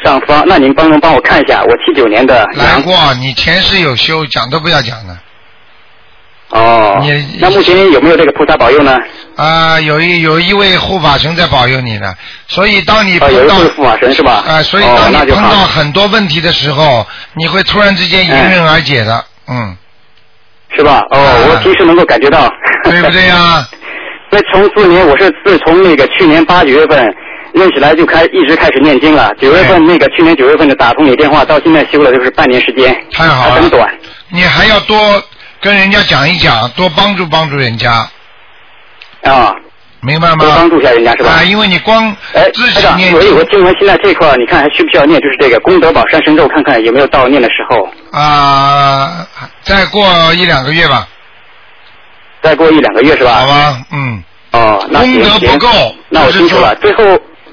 [SPEAKER 3] 上方，那您帮忙帮我看一下，我七九年的
[SPEAKER 1] 来过。你前世有修，讲都不要讲的。
[SPEAKER 3] 哦。那目前有没有这个菩萨保佑呢？
[SPEAKER 1] 啊、有一有一位护法神在保佑你呢，所以当你
[SPEAKER 3] 啊有
[SPEAKER 1] 碰
[SPEAKER 3] 一
[SPEAKER 1] 到
[SPEAKER 3] 位护法神是吧
[SPEAKER 1] 啊、所以
[SPEAKER 3] 哦
[SPEAKER 1] 当你
[SPEAKER 3] 那就
[SPEAKER 1] 碰
[SPEAKER 3] 好
[SPEAKER 1] 到很多问题的时候，你会突然之间迎刃而解的，嗯，
[SPEAKER 3] 是吧？哦，我平时能够感觉到，
[SPEAKER 1] 啊对不对呀、
[SPEAKER 3] 那从四年，我是自从那个去年八九月份认识来就开，一直开始念经了。九月
[SPEAKER 1] 哎
[SPEAKER 3] 份那个去年九月份就打通你电话，到现在修了就是半年时间，
[SPEAKER 1] 太好
[SPEAKER 3] 还
[SPEAKER 1] 了
[SPEAKER 3] 很短。
[SPEAKER 1] 你还要多跟人家讲一讲，多帮助帮助人家，
[SPEAKER 3] 啊。
[SPEAKER 1] 明白吗？
[SPEAKER 3] 多帮助一下人家是吧？
[SPEAKER 1] 啊因为你光
[SPEAKER 3] 哎，
[SPEAKER 1] 自己
[SPEAKER 3] 台长
[SPEAKER 1] 念
[SPEAKER 3] 我有个经文，现在这块儿你看还需不需要念？就是这个功德宝山神咒，看看有没有到念的时候。
[SPEAKER 1] 啊、再过一两个月吧，
[SPEAKER 3] 再过一两个月是吧？好
[SPEAKER 1] 吧，嗯。
[SPEAKER 3] 哦，那行
[SPEAKER 1] 功德不
[SPEAKER 3] 行
[SPEAKER 1] 够
[SPEAKER 3] 那我
[SPEAKER 1] 就是
[SPEAKER 3] 清楚了。最后，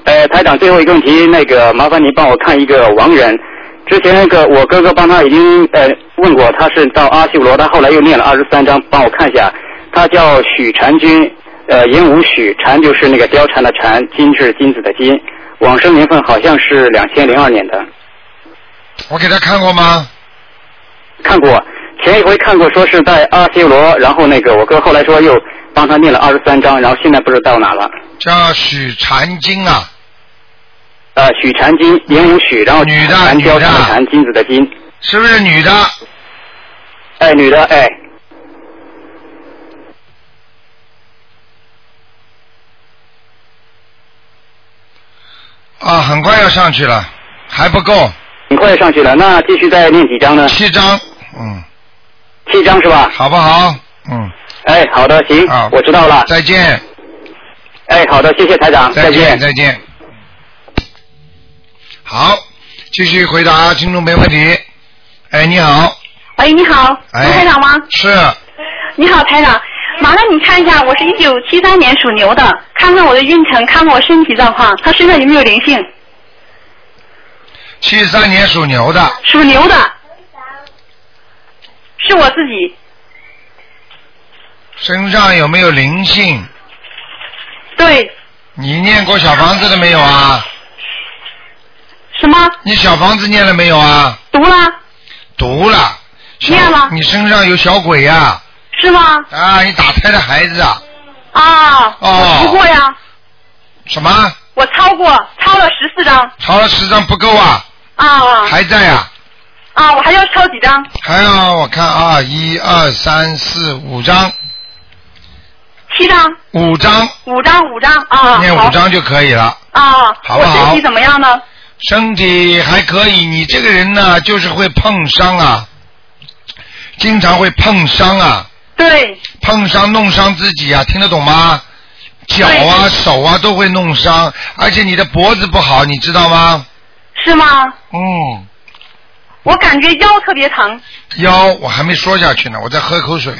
[SPEAKER 3] 呃，台长最后一个问题，那个麻烦您帮我看一个亡人。之前那个我哥哥帮他已经呃问过，他是到阿修罗，他后来又念了二十三章，帮我看一下。他叫许婵君，呃，言无许，婵就是那个貂蝉的蝉，金是金子的金。往生年份好像是两千零二年的，
[SPEAKER 1] 我给他看过吗？
[SPEAKER 3] 看过前一回看过，说是在阿修罗，然后那个我哥后来说又帮他念了二十三章，然后现在不知道哪了。
[SPEAKER 1] 叫许婵晶啊，
[SPEAKER 3] 呃，许婵金，言有许，然后女的，男雕像的蝉，金子的金，
[SPEAKER 1] 是不是女的？
[SPEAKER 3] 哎，女的，哎，
[SPEAKER 1] 啊，很快要上去了，还不够，
[SPEAKER 3] 很快上去了，那继续再念几张呢？
[SPEAKER 1] 七张，嗯，
[SPEAKER 3] 七张是吧？
[SPEAKER 1] 好不好？嗯，
[SPEAKER 3] 哎，好的，行，我知道了。
[SPEAKER 1] 再见。
[SPEAKER 3] 哎，好的，谢谢台长，
[SPEAKER 1] 再
[SPEAKER 3] 见。
[SPEAKER 1] 再见。好，继续回答听众没问题。哎，你好，
[SPEAKER 6] 喂，你好，
[SPEAKER 1] 哎
[SPEAKER 6] 卢台长吗？
[SPEAKER 1] 是
[SPEAKER 6] 你好，台长，麻烦你看一下，我是一九七三年属牛的，看看我的运程，看看我身体状况，他身上有没有灵性？
[SPEAKER 1] 七三年属牛的，
[SPEAKER 6] 属牛的，是我自己，
[SPEAKER 1] 身上有没有灵性？
[SPEAKER 6] 对。
[SPEAKER 1] 你念过小房子了没有啊？
[SPEAKER 6] 什么？
[SPEAKER 1] 你小房子念了没有啊？
[SPEAKER 6] 读了，
[SPEAKER 1] 读了。小
[SPEAKER 6] 念了
[SPEAKER 1] 你身上有小鬼呀、
[SPEAKER 6] 是吗？
[SPEAKER 1] 啊？你打胎的孩子啊？
[SPEAKER 6] 啊，
[SPEAKER 1] 哦
[SPEAKER 6] 我超过呀，
[SPEAKER 1] 什么？
[SPEAKER 6] 我超过，超了十四张
[SPEAKER 1] 超了十张不够啊？
[SPEAKER 6] 啊
[SPEAKER 1] 还在啊？
[SPEAKER 6] 啊啊，我还要抄几张？
[SPEAKER 1] 还有我看啊，一二三四五张，
[SPEAKER 6] 七张？
[SPEAKER 1] 五张，
[SPEAKER 6] 五张？五张？啊，
[SPEAKER 1] 念
[SPEAKER 6] 好
[SPEAKER 1] 五张就可以了。
[SPEAKER 6] 啊，
[SPEAKER 1] 好不
[SPEAKER 6] 我
[SPEAKER 1] 好
[SPEAKER 6] 身体怎么样呢？
[SPEAKER 1] 身体还可以，你这个人呢，就是会碰伤啊，经常会碰伤啊，
[SPEAKER 6] 对，
[SPEAKER 1] 碰伤弄伤自己啊，听得懂吗？脚啊、手啊都会弄伤，而且你的脖子不好，你知道吗？
[SPEAKER 6] 是吗？
[SPEAKER 1] 嗯，
[SPEAKER 6] 我感觉腰特别疼。
[SPEAKER 1] 腰我还没说下去呢，我在喝口水。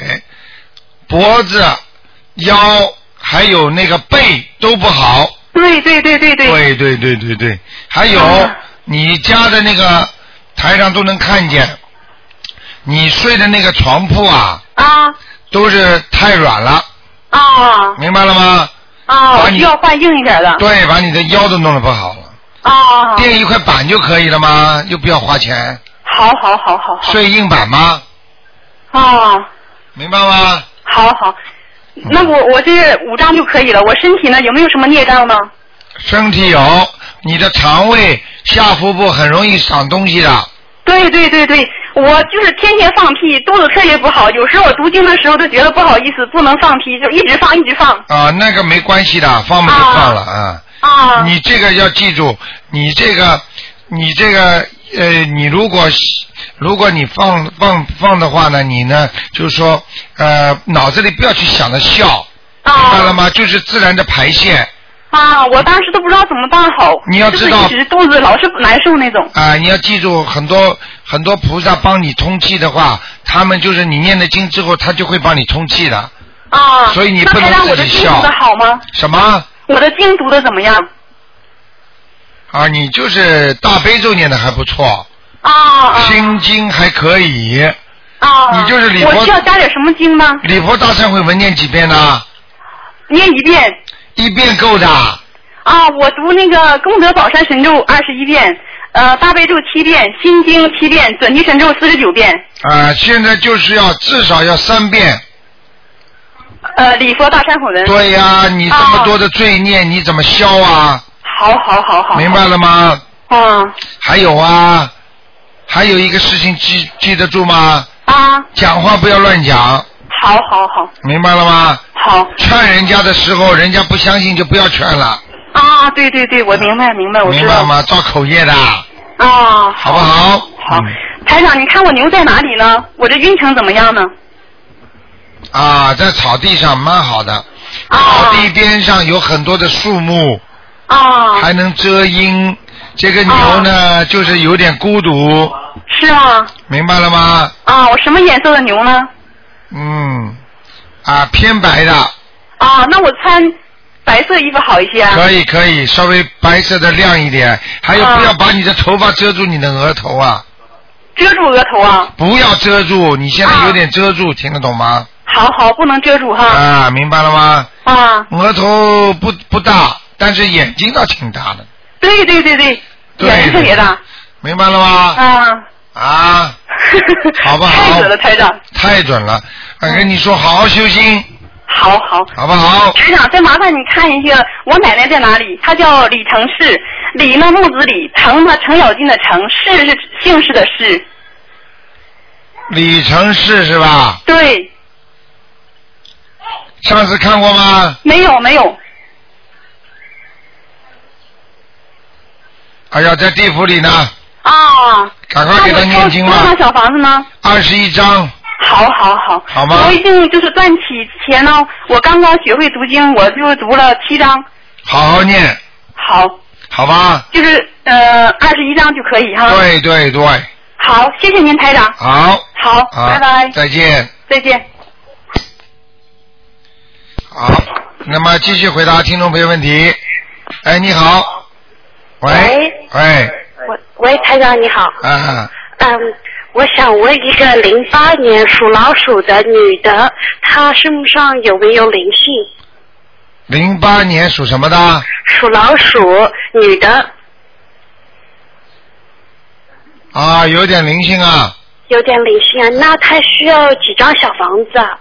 [SPEAKER 1] 脖子、腰还有那个背都不好。
[SPEAKER 6] 对对对对对。
[SPEAKER 1] 对对对对对，还有、
[SPEAKER 6] 啊
[SPEAKER 1] 你家的那个台上都能看见，你睡的那个床铺啊，
[SPEAKER 6] 啊
[SPEAKER 1] 都是太软了，
[SPEAKER 6] 啊
[SPEAKER 1] 明白了吗？
[SPEAKER 6] 啊！
[SPEAKER 1] 把
[SPEAKER 6] 我
[SPEAKER 1] 你
[SPEAKER 6] 需要换硬一点的。
[SPEAKER 1] 对，把你的腰都弄得不好了，
[SPEAKER 6] 啊，
[SPEAKER 1] 垫一块板就可以了吗？又不要花钱，
[SPEAKER 6] 好好好好好。
[SPEAKER 1] 睡硬板吗？
[SPEAKER 6] 啊，
[SPEAKER 1] 明白吗？
[SPEAKER 6] 好好。
[SPEAKER 1] 嗯
[SPEAKER 6] 那我我这五张就可以了。我身体呢有没有什么孽障呢？
[SPEAKER 1] 身体有，你的肠胃、下腹部很容易长东西的，
[SPEAKER 6] 对对对对，我就是天天放屁，肚子特别不好。有时候我读经的时候都觉得不好意思，不能放屁，就一直放一直放。
[SPEAKER 1] 啊、那个没关系的，放嘛就放了啊。
[SPEAKER 6] 啊，
[SPEAKER 1] 你这个要记住，你这个，你这个，呃，你如果如果你放放放的话呢，你呢就是说，呃，脑子里不要去想着笑，明白了
[SPEAKER 6] 啊
[SPEAKER 1] 吗？就是自然的排泄
[SPEAKER 6] 啊！我当时都不知道怎么办好。
[SPEAKER 1] 你要知道
[SPEAKER 6] 就是一直肚子老是难受那种。
[SPEAKER 1] 啊、你要记住，很多很多菩萨帮你通气的话，他们就是你念了经之后，他就会帮你通气的。
[SPEAKER 6] 啊，
[SPEAKER 1] 所以你
[SPEAKER 6] 那
[SPEAKER 1] 不能
[SPEAKER 6] 台长
[SPEAKER 1] 自
[SPEAKER 6] 我的
[SPEAKER 1] 己
[SPEAKER 6] 经
[SPEAKER 1] 笑
[SPEAKER 6] 读的好吗？
[SPEAKER 1] 什么
[SPEAKER 6] 我的经读的怎么样？
[SPEAKER 1] 啊？你就是大悲咒念的还不错，
[SPEAKER 6] 啊啊
[SPEAKER 1] 心经还可以，
[SPEAKER 6] 啊！
[SPEAKER 1] 你就是礼佛
[SPEAKER 6] 我需要加点什么经吗？
[SPEAKER 1] 礼佛大忏悔文念几遍呢？
[SPEAKER 6] 念一遍。
[SPEAKER 1] 一遍够的。
[SPEAKER 6] 啊，我读那个功德宝山神咒二十一遍，呃，大悲咒七遍，心经七遍，准提神咒四十九遍，
[SPEAKER 1] 啊、现在就是要至少要三遍。
[SPEAKER 6] 呃，礼佛大忏悔文。
[SPEAKER 1] 对呀、你这么多的罪孽，你怎么消啊？
[SPEAKER 6] 好好好好。
[SPEAKER 1] 明白了吗？
[SPEAKER 6] 啊
[SPEAKER 1] 还有啊，还有一个事情记记得住吗？
[SPEAKER 6] 啊，
[SPEAKER 1] 讲话不要乱讲，
[SPEAKER 6] 好好好
[SPEAKER 1] 明白了吗？
[SPEAKER 6] 好
[SPEAKER 1] 劝人家的时候，人家不相信就不要劝了，
[SPEAKER 6] 啊！对对对，我明白明白，我
[SPEAKER 1] 明
[SPEAKER 6] 知
[SPEAKER 1] 白
[SPEAKER 6] 道。
[SPEAKER 1] 吗？造口业的，
[SPEAKER 6] 啊，
[SPEAKER 1] 好不好？
[SPEAKER 6] 好
[SPEAKER 1] 嗯。
[SPEAKER 6] 台长，你看我牛在哪里呢？我这运程怎么样呢？
[SPEAKER 1] 啊，在草地上蛮好的，草
[SPEAKER 6] 啊
[SPEAKER 1] 地边上有很多的树木，
[SPEAKER 6] 啊，
[SPEAKER 1] 还能遮阴。这个牛呢，就是有点孤独，
[SPEAKER 6] 是吗？
[SPEAKER 1] 明白了吗？
[SPEAKER 6] 啊，我什么颜色的牛呢？
[SPEAKER 1] 嗯，啊，偏白的，
[SPEAKER 6] 啊，那我穿白色衣服好一些啊。
[SPEAKER 1] 可以可以，稍微白色的亮一点。还有，
[SPEAKER 6] 啊
[SPEAKER 1] 不要把你的头发遮住你的额头啊！
[SPEAKER 6] 遮住额头啊。
[SPEAKER 1] 不要遮住，你现在
[SPEAKER 6] 啊
[SPEAKER 1] 有点遮住，听得懂吗？
[SPEAKER 6] 好好，不能遮住哈。
[SPEAKER 1] 啊，明白了吗？
[SPEAKER 6] 啊，
[SPEAKER 1] 额头不不大，但是眼睛倒挺大的，
[SPEAKER 6] 对对对对，
[SPEAKER 1] 对
[SPEAKER 6] 眼睛特别大。
[SPEAKER 1] 明白了吗？
[SPEAKER 6] 啊。
[SPEAKER 1] 啊， 好不好
[SPEAKER 6] 太准了，台长。
[SPEAKER 1] 太准了！我跟你说，好好修心，
[SPEAKER 6] 好好。
[SPEAKER 1] 好不好？
[SPEAKER 6] 台长，再麻烦你看一下我奶奶在哪里？她叫李成氏，李呢木子李，程呢程咬金的程，氏是姓氏的氏。
[SPEAKER 1] 李成市是吧？
[SPEAKER 6] 对，
[SPEAKER 1] 上次看过吗？
[SPEAKER 6] 没有没有。
[SPEAKER 1] 哎呀，在地府里呢，
[SPEAKER 6] 啊。
[SPEAKER 1] 赶
[SPEAKER 6] 那
[SPEAKER 1] 快给他
[SPEAKER 6] 我
[SPEAKER 1] 念经
[SPEAKER 6] 多
[SPEAKER 1] 吧
[SPEAKER 6] 少。小房子呢？
[SPEAKER 1] 二十一章，
[SPEAKER 6] 好好好，
[SPEAKER 1] 好吗
[SPEAKER 6] 我已经就是断起之前呢，我刚刚学会读经，我就读了七章，
[SPEAKER 1] 好好念，
[SPEAKER 6] 好，
[SPEAKER 1] 好吧？
[SPEAKER 6] 就是呃二十一章就可以哈。。
[SPEAKER 1] 对对对，
[SPEAKER 6] 好，谢谢您台长。
[SPEAKER 1] 好，
[SPEAKER 6] 好，
[SPEAKER 1] 好，
[SPEAKER 6] 拜拜，
[SPEAKER 1] 再见。
[SPEAKER 6] 再见。
[SPEAKER 1] 好，那么继续回答听众朋友问题。哎，你好，喂
[SPEAKER 7] 喂，
[SPEAKER 1] 喂，哎
[SPEAKER 7] 喂喂，台长你好，
[SPEAKER 1] 啊，
[SPEAKER 7] 嗯，我想问一个零八年属老鼠的女的，她身上有没有灵性？
[SPEAKER 1] 零八年属什么的？
[SPEAKER 7] 属老鼠女的
[SPEAKER 1] 啊，有点灵性啊，
[SPEAKER 7] 有点灵性啊，那她需要几张小房子啊？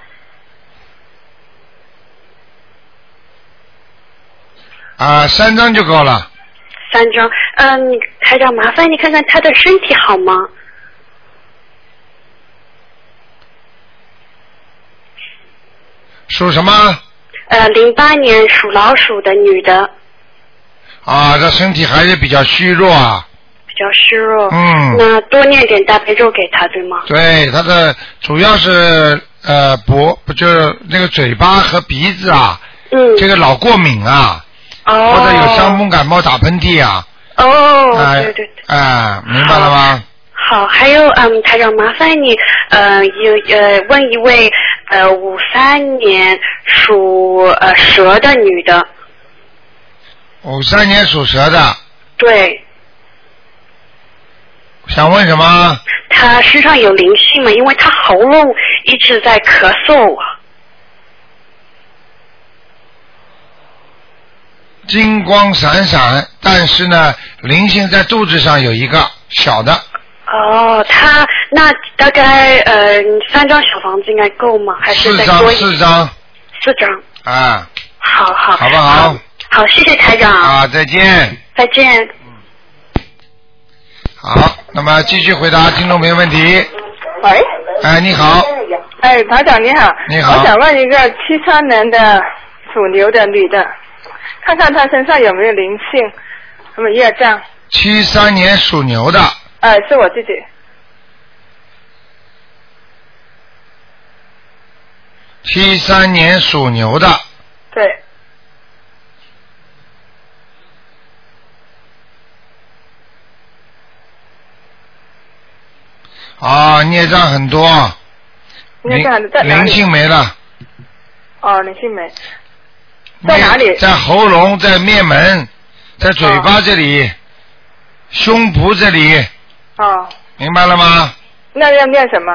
[SPEAKER 1] 啊，三张就够了。
[SPEAKER 7] 三张。嗯，台长，麻烦你看看她的身体好吗？
[SPEAKER 1] 属什么？
[SPEAKER 7] 呃，零八年属老鼠的女的
[SPEAKER 1] 啊，这身体还是比较虚弱啊。
[SPEAKER 7] 比较虚弱，
[SPEAKER 1] 嗯
[SPEAKER 7] 那多念点大悲咒给她，对吗？
[SPEAKER 1] 对，他的主要是呃脖，不就是那个嘴巴和鼻子啊，
[SPEAKER 7] 嗯，
[SPEAKER 1] 这个老过敏啊，
[SPEAKER 7] 哦，
[SPEAKER 1] 或者有伤风感冒、打喷嚏啊，
[SPEAKER 7] 哦，
[SPEAKER 1] 哎
[SPEAKER 7] 对对对，
[SPEAKER 1] 哎，明白了吗？
[SPEAKER 7] 好，还有嗯，台长，麻烦你呃有呃问一位呃五三年属呃蛇的女的，
[SPEAKER 1] 五三年属蛇的，
[SPEAKER 7] 对，
[SPEAKER 1] 想问什么？
[SPEAKER 7] 她身上有灵性吗？因为她喉咙一直在咳嗽，啊
[SPEAKER 1] 金光闪闪，但是呢，灵性在肚子上有一个小的，
[SPEAKER 7] 哦，她那大概呃三张小房子应该够吗？还是
[SPEAKER 1] 四
[SPEAKER 7] 再
[SPEAKER 1] 张
[SPEAKER 7] 多一
[SPEAKER 1] 四张，
[SPEAKER 7] 四张？
[SPEAKER 1] 啊，
[SPEAKER 7] 好好，
[SPEAKER 1] 好不好？
[SPEAKER 7] 好，谢谢台长，
[SPEAKER 1] 啊，再见。
[SPEAKER 7] 再见。
[SPEAKER 1] 好，那么继续回答听众朋友问题。
[SPEAKER 8] 喂，
[SPEAKER 1] 哎，你好，
[SPEAKER 8] 哎，台长你好，
[SPEAKER 1] 你好
[SPEAKER 8] 我想问一个七三年的属牛的女的，看看她身上有没有灵性，有没有业障？
[SPEAKER 1] 七三年属牛的，
[SPEAKER 8] 哎，是我自己，
[SPEAKER 1] 七三年属牛的，
[SPEAKER 8] 对，
[SPEAKER 1] 啊，孽障很多，
[SPEAKER 8] 孽障
[SPEAKER 1] 灵
[SPEAKER 8] 在哪里
[SPEAKER 1] 灵性没了，
[SPEAKER 8] 哦，灵性没？在哪里
[SPEAKER 1] 面在喉咙，在面门，在嘴巴这里，
[SPEAKER 8] 啊
[SPEAKER 1] 胸脯这里，
[SPEAKER 8] 哦，
[SPEAKER 1] 明白了吗？
[SPEAKER 8] 那要念什么？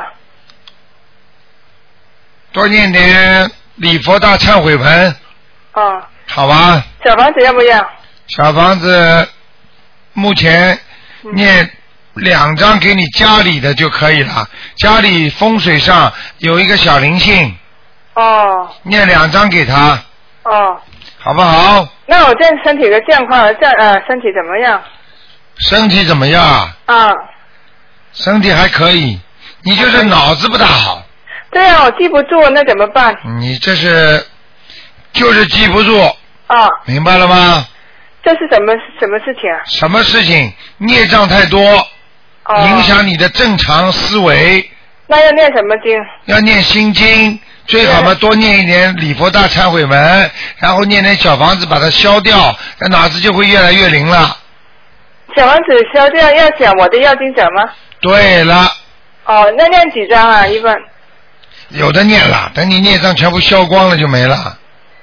[SPEAKER 1] 多念点礼佛大忏悔文，
[SPEAKER 8] 哦，
[SPEAKER 1] 好吧？
[SPEAKER 8] 小房子要不要？
[SPEAKER 1] 小房子目前
[SPEAKER 8] 嗯
[SPEAKER 6] 嗯
[SPEAKER 1] 念两张给你家里的就可以了，家里风水上有一个小灵性，
[SPEAKER 8] 哦
[SPEAKER 1] 念两张给他，
[SPEAKER 8] 哦，
[SPEAKER 1] 好不好？
[SPEAKER 8] 那我这身体的健康，这呃身体怎么样？
[SPEAKER 1] 身体怎么样啊？
[SPEAKER 8] 啊，
[SPEAKER 1] 身体还可以，你就是脑子不大好，
[SPEAKER 8] 对啊，我记不住，那怎么办？
[SPEAKER 1] 你这是就是记不住，
[SPEAKER 8] 啊，
[SPEAKER 1] 明白了吗？
[SPEAKER 8] 这是什么什么事情啊？
[SPEAKER 1] 什么事情孽障太多，
[SPEAKER 8] 哦，
[SPEAKER 1] 影响你的正常思维，
[SPEAKER 8] 那要念什么经？
[SPEAKER 1] 要念心经，最好嘛
[SPEAKER 8] 对
[SPEAKER 1] 多念一点礼佛大忏悔文，然后念点小房子把它消掉，那脑子就会越来越灵了。
[SPEAKER 8] 小王子消掉要讲我的要经者吗？
[SPEAKER 1] 对了，
[SPEAKER 8] 哦，那念几张啊？一般。
[SPEAKER 1] 有的念了，等你孽障全部消光了就没了，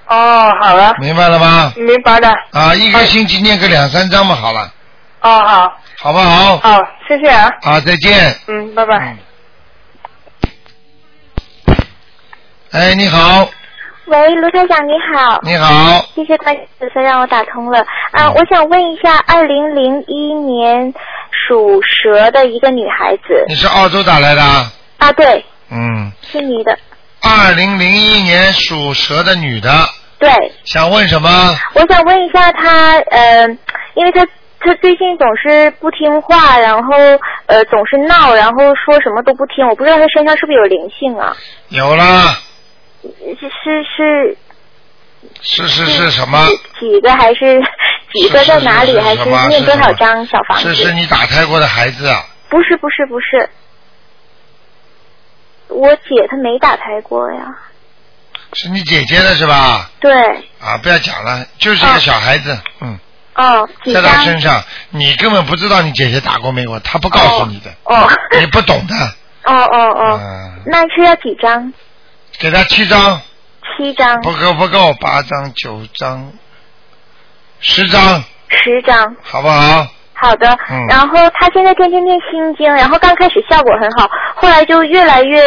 [SPEAKER 8] 哦，好了，
[SPEAKER 1] 明白了吗？
[SPEAKER 8] 明白了。
[SPEAKER 1] 啊，一个星期念个两三章嘛，好了，
[SPEAKER 8] 哦，好，
[SPEAKER 1] 好不好？
[SPEAKER 8] 好，谢谢啊。
[SPEAKER 1] 啊，再见。
[SPEAKER 8] 嗯，拜拜。
[SPEAKER 1] 嗯。哎，你好，
[SPEAKER 9] 喂，卢台长你好，
[SPEAKER 1] 你好，
[SPEAKER 9] 谢谢关先生让我打通了。啊、
[SPEAKER 1] 嗯
[SPEAKER 9] 我想问一下，二零零一年属蛇的一个女孩子
[SPEAKER 1] 你是澳洲打来的啊？
[SPEAKER 9] 啊，对，
[SPEAKER 1] 嗯，
[SPEAKER 9] 是你的，
[SPEAKER 1] 二零零一年属蛇的女的，
[SPEAKER 9] 对，
[SPEAKER 1] 想问什么？
[SPEAKER 9] 我想问一下她，呃，因为她她最近总是不听话，然后呃总是闹，然后说什么都不听，我不知道她身上是不是有灵性啊？
[SPEAKER 1] 有啦，
[SPEAKER 9] 是是是
[SPEAKER 1] 是是是什么？
[SPEAKER 9] 几个还是几个
[SPEAKER 1] 是
[SPEAKER 9] 在哪里？
[SPEAKER 1] 是
[SPEAKER 9] 还
[SPEAKER 1] 什么
[SPEAKER 9] 念多
[SPEAKER 1] 什
[SPEAKER 9] 少
[SPEAKER 1] 么
[SPEAKER 9] 张小房子？
[SPEAKER 1] 是是你打胎过的孩子啊？
[SPEAKER 9] 不是不是不是，我姐她没打胎过呀。
[SPEAKER 1] 是你姐姐的是吧？
[SPEAKER 9] 对，
[SPEAKER 1] 啊，不要讲了，就是一个
[SPEAKER 9] 啊
[SPEAKER 1] 小孩子，嗯，
[SPEAKER 9] 哦，几
[SPEAKER 1] 在
[SPEAKER 9] 张？
[SPEAKER 1] 他身上，你根本不知道你姐姐打过没有，她不告诉你的，
[SPEAKER 9] 哦
[SPEAKER 1] 你不懂 的，
[SPEAKER 9] 哦哦
[SPEAKER 1] 嗯、
[SPEAKER 9] 哦，那是要几张？
[SPEAKER 1] 给他七张，
[SPEAKER 9] 七张、
[SPEAKER 1] 不够不够，八张、九张、十张，
[SPEAKER 9] 十张？
[SPEAKER 1] 好不好？
[SPEAKER 9] 好的。
[SPEAKER 1] 嗯
[SPEAKER 9] 然后她现在天天念心经，然后刚开始效果很好，后来就越来越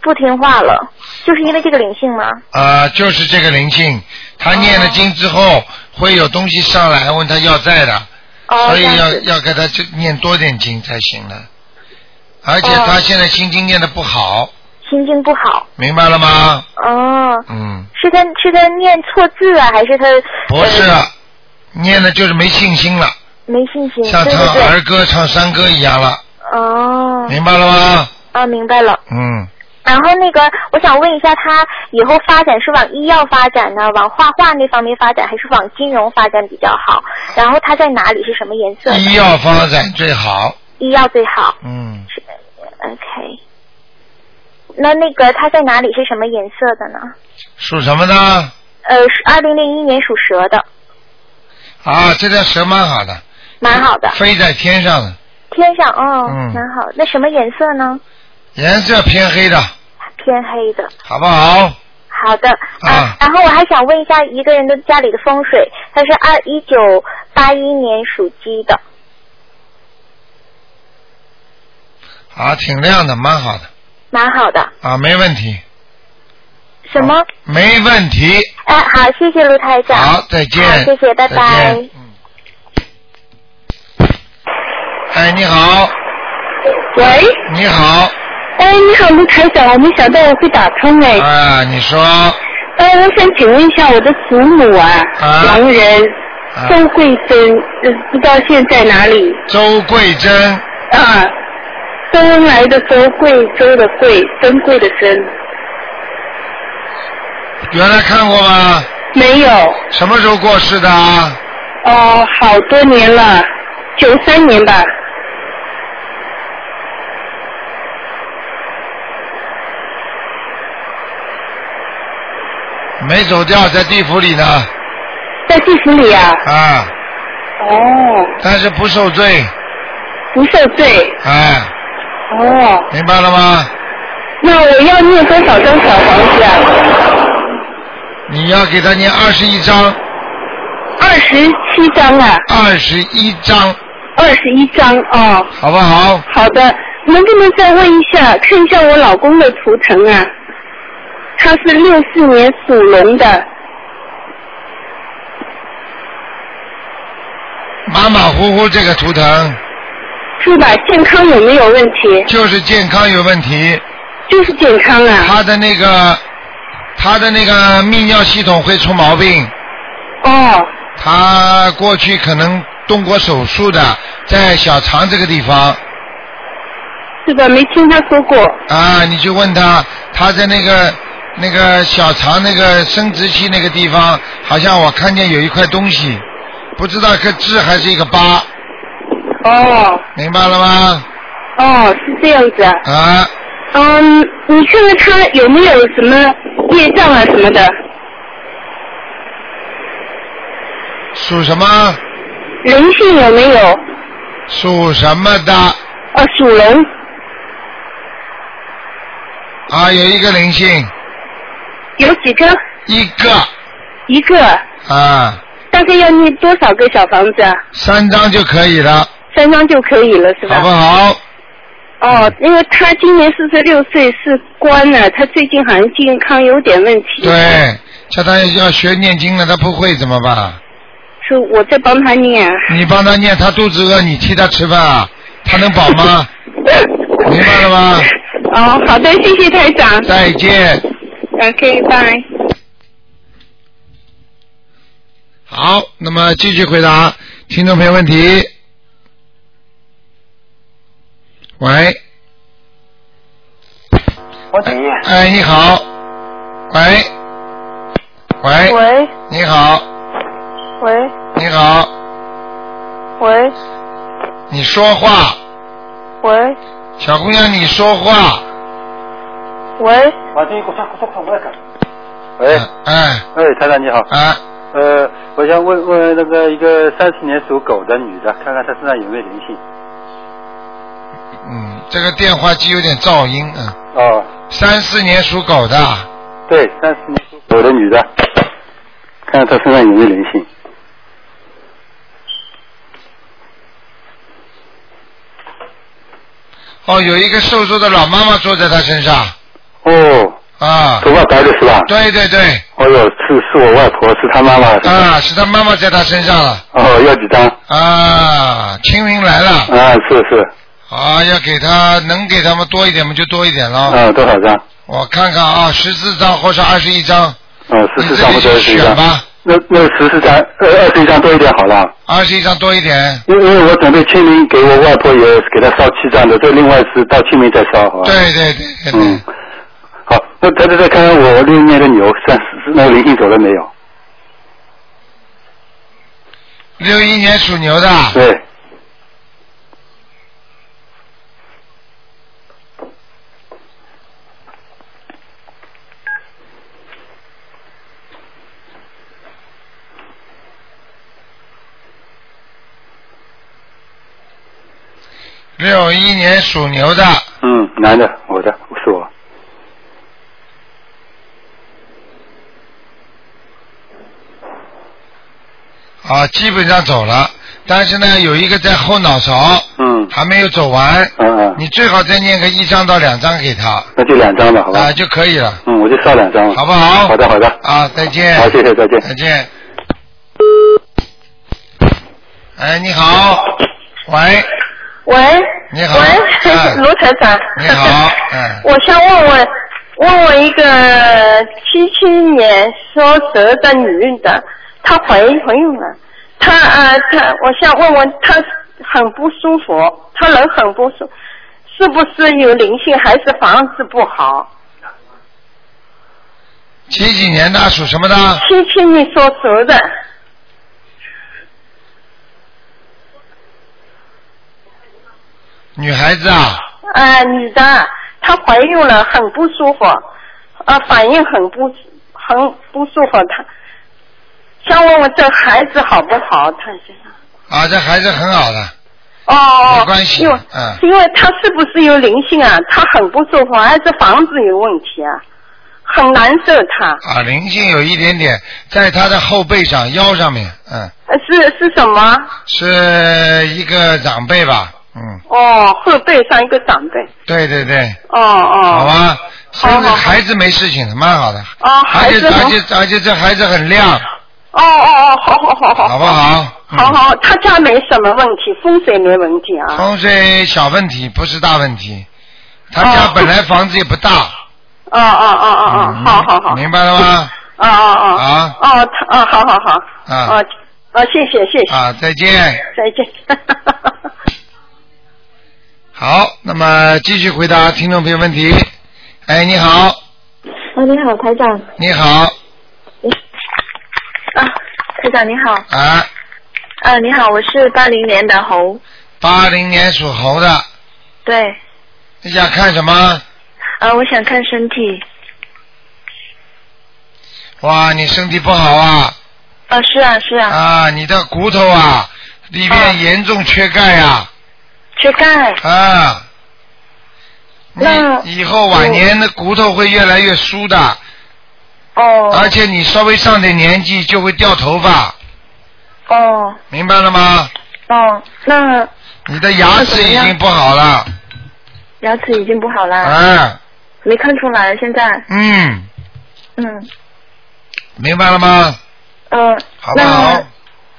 [SPEAKER 9] 不听话了，就是因为这个灵性吗？
[SPEAKER 1] 啊、就是这个灵性，他念了经之后、会有东西上来问他要债的，
[SPEAKER 9] 哦，
[SPEAKER 1] 所
[SPEAKER 9] 这
[SPEAKER 1] 以
[SPEAKER 9] 样
[SPEAKER 1] 要
[SPEAKER 9] 子。
[SPEAKER 1] 要给他就念多点经才行了。而
[SPEAKER 9] 哦
[SPEAKER 1] 且他现在心经念的不好，
[SPEAKER 9] 心经不好。
[SPEAKER 1] 明白了吗？
[SPEAKER 9] 哦，
[SPEAKER 1] 嗯，
[SPEAKER 9] 是她是她念错字啊，还是她
[SPEAKER 1] 不是啊
[SPEAKER 9] 呃、
[SPEAKER 1] 念的就是没信心了，
[SPEAKER 9] 没信心？
[SPEAKER 1] 像
[SPEAKER 9] 嗯对
[SPEAKER 1] 唱
[SPEAKER 9] 对对。
[SPEAKER 1] 儿歌、唱山歌一样了，
[SPEAKER 9] 哦
[SPEAKER 1] 明白了吗？
[SPEAKER 9] 啊，明白了。
[SPEAKER 1] 嗯，
[SPEAKER 9] 然后那个，我想问一下，他以后发展是往医药发展呢，往画画那方面发展，还是往金融发展比较好？然后他在哪里？是什么颜色？
[SPEAKER 1] 医药发展最好。
[SPEAKER 9] 医药最好。呃
[SPEAKER 1] 嗯，
[SPEAKER 9] OK。那那个他在哪里？是什么颜色的呢？
[SPEAKER 1] 属什么呢？
[SPEAKER 9] 呃，是二零零一年属蛇的，
[SPEAKER 1] 啊，这条蛇蛮好的，
[SPEAKER 9] 蛮好的，
[SPEAKER 1] 飞在天上的，
[SPEAKER 9] 天上哦，
[SPEAKER 1] 嗯
[SPEAKER 9] 蛮好。那什么颜色呢？
[SPEAKER 1] 颜色偏黑的，
[SPEAKER 9] 偏黑的。
[SPEAKER 1] 好不好？
[SPEAKER 9] 好的，啊，然后我还想问一下一个人的家里的风水，他是二一九八一年属鸡的，
[SPEAKER 1] 啊，挺亮的，蛮好的，
[SPEAKER 9] 蛮好的。
[SPEAKER 1] 啊，没问题，啊
[SPEAKER 9] 什么？
[SPEAKER 1] 没问题。
[SPEAKER 9] 哎、好，谢谢卢台长。
[SPEAKER 1] 好，再见。
[SPEAKER 9] 好谢谢，拜
[SPEAKER 1] 再
[SPEAKER 9] 拜。
[SPEAKER 1] 见嗯哎，你好。
[SPEAKER 6] 喂。
[SPEAKER 1] 你好。
[SPEAKER 6] 哎，你好，卢台长，我没想到我会打通哎。
[SPEAKER 1] 啊，你说。
[SPEAKER 6] 哎，我想请问一下我的祖母啊，盲人
[SPEAKER 1] 啊
[SPEAKER 9] 嗯
[SPEAKER 6] 周慧珍，呃不知道现在哪里？
[SPEAKER 1] 周桂珍。
[SPEAKER 6] 啊，周恩来的周，贵州的贵，珍贵的珍。
[SPEAKER 1] 原来看过吗？
[SPEAKER 6] 没有。
[SPEAKER 1] 什么时候过世的啊？
[SPEAKER 6] 哦，好多年了，九三年吧。
[SPEAKER 1] 没走掉，在地府里呢。
[SPEAKER 6] 在地府里啊。
[SPEAKER 1] 啊。
[SPEAKER 6] 哦。
[SPEAKER 1] 但是不受罪。
[SPEAKER 6] 不受罪。
[SPEAKER 1] 哎。
[SPEAKER 6] 哦。
[SPEAKER 1] 明白了吗？
[SPEAKER 6] 那我要念多少张小房子啊？
[SPEAKER 1] 你要给他念二十一章。
[SPEAKER 6] 二十七章啊。
[SPEAKER 1] 二十一章。
[SPEAKER 6] 二十一章哦。
[SPEAKER 1] 好不好？
[SPEAKER 6] 好的，能不能再问一下，看一下我老公的图腾啊？他是六四年属龙的，
[SPEAKER 1] 马马虎虎这个图腾。
[SPEAKER 6] 是吧？健康有没有问题？
[SPEAKER 1] 就是健康有问题。
[SPEAKER 6] 就是健康啊。
[SPEAKER 1] 他的那个，他的那个泌尿系统会出毛病。
[SPEAKER 6] 哦。
[SPEAKER 1] 他过去可能动过手术的，在小肠这个地方
[SPEAKER 6] 是吧？没听他说过。
[SPEAKER 1] 啊，你去问他，他在那个那个小肠那个生殖器那个地方，好像我看见有一块东西，不知道个痣还是一个疤。
[SPEAKER 6] 哦。
[SPEAKER 1] 明白了吗？
[SPEAKER 6] 哦，是这样子啊。
[SPEAKER 1] 啊。
[SPEAKER 6] 嗯，你看看他有没有什么业障啊什么的？
[SPEAKER 1] 属什么？
[SPEAKER 6] 灵性有没有？
[SPEAKER 1] 属什么的？
[SPEAKER 6] 哦，属龙。
[SPEAKER 1] 啊，有一个灵性。
[SPEAKER 6] 有几个？
[SPEAKER 1] 一个。
[SPEAKER 6] 一个，
[SPEAKER 1] 啊，
[SPEAKER 6] 大概要念多少个小房子啊？
[SPEAKER 1] 三张就可以了，
[SPEAKER 6] 三张就可以了，是吧？
[SPEAKER 1] 好不好？
[SPEAKER 6] 哦，因为他今年四十六岁是官呢，他最近好像健康有点问题。
[SPEAKER 1] 对，叫他要学念经了，他不会怎么办？
[SPEAKER 6] 是我在帮他念。啊
[SPEAKER 1] 你帮他念，他肚子饿，你替他吃饭啊，他能饱吗？明白了吗？
[SPEAKER 6] 哦，好的，谢谢台长。
[SPEAKER 1] 再见。
[SPEAKER 6] OK，拜。
[SPEAKER 1] 好，那么继续回答听众朋友问题。喂，
[SPEAKER 10] 我等一
[SPEAKER 1] 哎，你好，喂，喂，
[SPEAKER 10] 喂，
[SPEAKER 1] 你好，
[SPEAKER 10] 喂
[SPEAKER 1] 你好，
[SPEAKER 10] 喂
[SPEAKER 1] 你说话，
[SPEAKER 10] 喂
[SPEAKER 1] 小姑娘，你说话，
[SPEAKER 10] 喂，
[SPEAKER 2] 我这个喂，
[SPEAKER 1] 嗯哎，
[SPEAKER 2] 哎，台长你好。
[SPEAKER 1] 啊。
[SPEAKER 2] 呃，我想问问那个一个三四年属狗的女的，看看她身上有没有灵性。
[SPEAKER 1] 嗯，这个电话机有点噪音啊。
[SPEAKER 2] 哦，
[SPEAKER 1] 三四年属狗的，
[SPEAKER 2] 对，三四年属狗的女的，看看她身上有没有灵性。
[SPEAKER 1] 哦，有一个瘦瘦的老妈妈坐在她身上
[SPEAKER 2] 哦，
[SPEAKER 1] 啊。
[SPEAKER 2] 头发白的是吧？
[SPEAKER 1] 对对对，
[SPEAKER 2] 哦哟，是是我外婆，是她妈妈。
[SPEAKER 1] 啊，是她妈妈在她身上了
[SPEAKER 2] 哦，要几张？
[SPEAKER 1] 啊。清明来了
[SPEAKER 2] 啊，是是，
[SPEAKER 1] 啊，要给她能给他们多一点，我们就多一点了。
[SPEAKER 2] 啊，多少张？
[SPEAKER 1] 我看看啊，十四张或者二十一张，
[SPEAKER 2] 嗯，十四张或者二十一
[SPEAKER 1] 选
[SPEAKER 2] 张
[SPEAKER 1] 吧。
[SPEAKER 2] 那那十四张，呃，二十一张多一点好了。
[SPEAKER 1] 二十一张多一点。
[SPEAKER 2] 因为因为我准备清明给我外婆也给她烧七张的，这另外是到清明再烧，好吧？
[SPEAKER 1] 对对对对对。
[SPEAKER 2] 嗯，那他再看看我六年的牛算是那个灵性走了没
[SPEAKER 1] 啊
[SPEAKER 2] 有？
[SPEAKER 1] 六一年属牛的，
[SPEAKER 2] 对，
[SPEAKER 1] 六一年属牛的，
[SPEAKER 2] 嗯，男的，我的，是我。
[SPEAKER 1] 啊，基本上走了，但是呢，有一个在后脑勺，
[SPEAKER 2] 嗯，
[SPEAKER 1] 还没有走完，
[SPEAKER 2] 嗯嗯，
[SPEAKER 1] 你最好再念个一张到两张给他，
[SPEAKER 2] 那就两张吧，好吧？
[SPEAKER 1] 啊就可以了，
[SPEAKER 2] 嗯，我就烧两张了，
[SPEAKER 1] 好不好？
[SPEAKER 2] 好的，好的。
[SPEAKER 1] 啊，再见。
[SPEAKER 2] 好谢谢再见
[SPEAKER 1] 再见。哎，你好，喂，
[SPEAKER 6] 喂，
[SPEAKER 1] 你好哎
[SPEAKER 6] 喂， 卢台长，
[SPEAKER 1] 你好，嗯，
[SPEAKER 6] 我想问问问问一个七七年说蛇的女的，她怀怀孕了，她呃她，我想问问她很不舒服，她人很不舒服，是不是有灵性，还是房子不好？
[SPEAKER 1] 几几年的属什么的？
[SPEAKER 6] 七七年说蛇的，
[SPEAKER 1] 女孩子啊，
[SPEAKER 6] 呃女的，她怀孕了很不舒服，呃反应很不很不舒服，她想问问这孩子好不好？她现在
[SPEAKER 1] 啊，这孩子很好的，
[SPEAKER 6] 哦哦，
[SPEAKER 1] 没关系
[SPEAKER 6] 因为、
[SPEAKER 1] 嗯
[SPEAKER 6] 因为她是不是有灵性啊？她很不舒服，还是房子有问题啊？很难受她，
[SPEAKER 1] 啊，灵性有一点点在他的后背上、腰上面，嗯，
[SPEAKER 6] 呃是是什么？
[SPEAKER 1] 是一个长辈吧？嗯
[SPEAKER 6] 哦，后背上一个长辈，
[SPEAKER 1] 对对对，
[SPEAKER 6] 哦哦，
[SPEAKER 1] 好吧，
[SPEAKER 6] 好
[SPEAKER 1] 现在
[SPEAKER 6] 好
[SPEAKER 1] 孩子没事情的，蛮好的，
[SPEAKER 6] 哦，
[SPEAKER 1] 而
[SPEAKER 6] 孩
[SPEAKER 1] 且
[SPEAKER 6] 子很
[SPEAKER 1] 而且而且这孩子很亮，
[SPEAKER 6] 哦哦哦，好好好好，
[SPEAKER 1] 好不嗯好？
[SPEAKER 6] 好好，他家没什么问题，风水没问题啊。
[SPEAKER 1] 风水小问题不是大问题，他家本来房子也不大，嗯
[SPEAKER 6] 哦哦哦哦哦，好好好，
[SPEAKER 1] 明白了吗？
[SPEAKER 6] 哦哦哦，
[SPEAKER 1] 啊
[SPEAKER 6] 哦，他哦，好好好，
[SPEAKER 1] 啊
[SPEAKER 6] 哦哦，谢谢谢谢，
[SPEAKER 1] 啊，再见。
[SPEAKER 6] 再 见。
[SPEAKER 1] 好，那么继续回答听众朋友问题。哎，你好，
[SPEAKER 11] 哦，你好，台长。
[SPEAKER 1] 你好，
[SPEAKER 11] 啊，台长你好。
[SPEAKER 1] 啊，
[SPEAKER 11] 呃，你好，我是八零年的猴。
[SPEAKER 1] 八零年属猴的，
[SPEAKER 11] 对，
[SPEAKER 1] 你想看什么？
[SPEAKER 11] 呃，我想看身体。
[SPEAKER 1] 哇，你身体不好啊！
[SPEAKER 11] 啊，是啊，是啊。
[SPEAKER 1] 啊，你的骨头啊，里面严重缺钙啊！
[SPEAKER 11] 缺钙。
[SPEAKER 1] 啊。你
[SPEAKER 11] 那
[SPEAKER 1] 以后晚年的骨头会越来越疏的。
[SPEAKER 11] 哦。
[SPEAKER 1] 而且你稍微上点年纪就会掉头发，
[SPEAKER 11] 哦
[SPEAKER 1] 明白了吗？
[SPEAKER 11] 哦，那
[SPEAKER 1] 你的牙齿已经不好
[SPEAKER 11] 啊
[SPEAKER 1] 了，
[SPEAKER 11] 牙齿已经不好啦。
[SPEAKER 1] 啊，
[SPEAKER 11] 没看出来，现在。
[SPEAKER 1] 嗯，
[SPEAKER 11] 嗯
[SPEAKER 1] 明白了吗？
[SPEAKER 11] 呃，
[SPEAKER 1] 好不好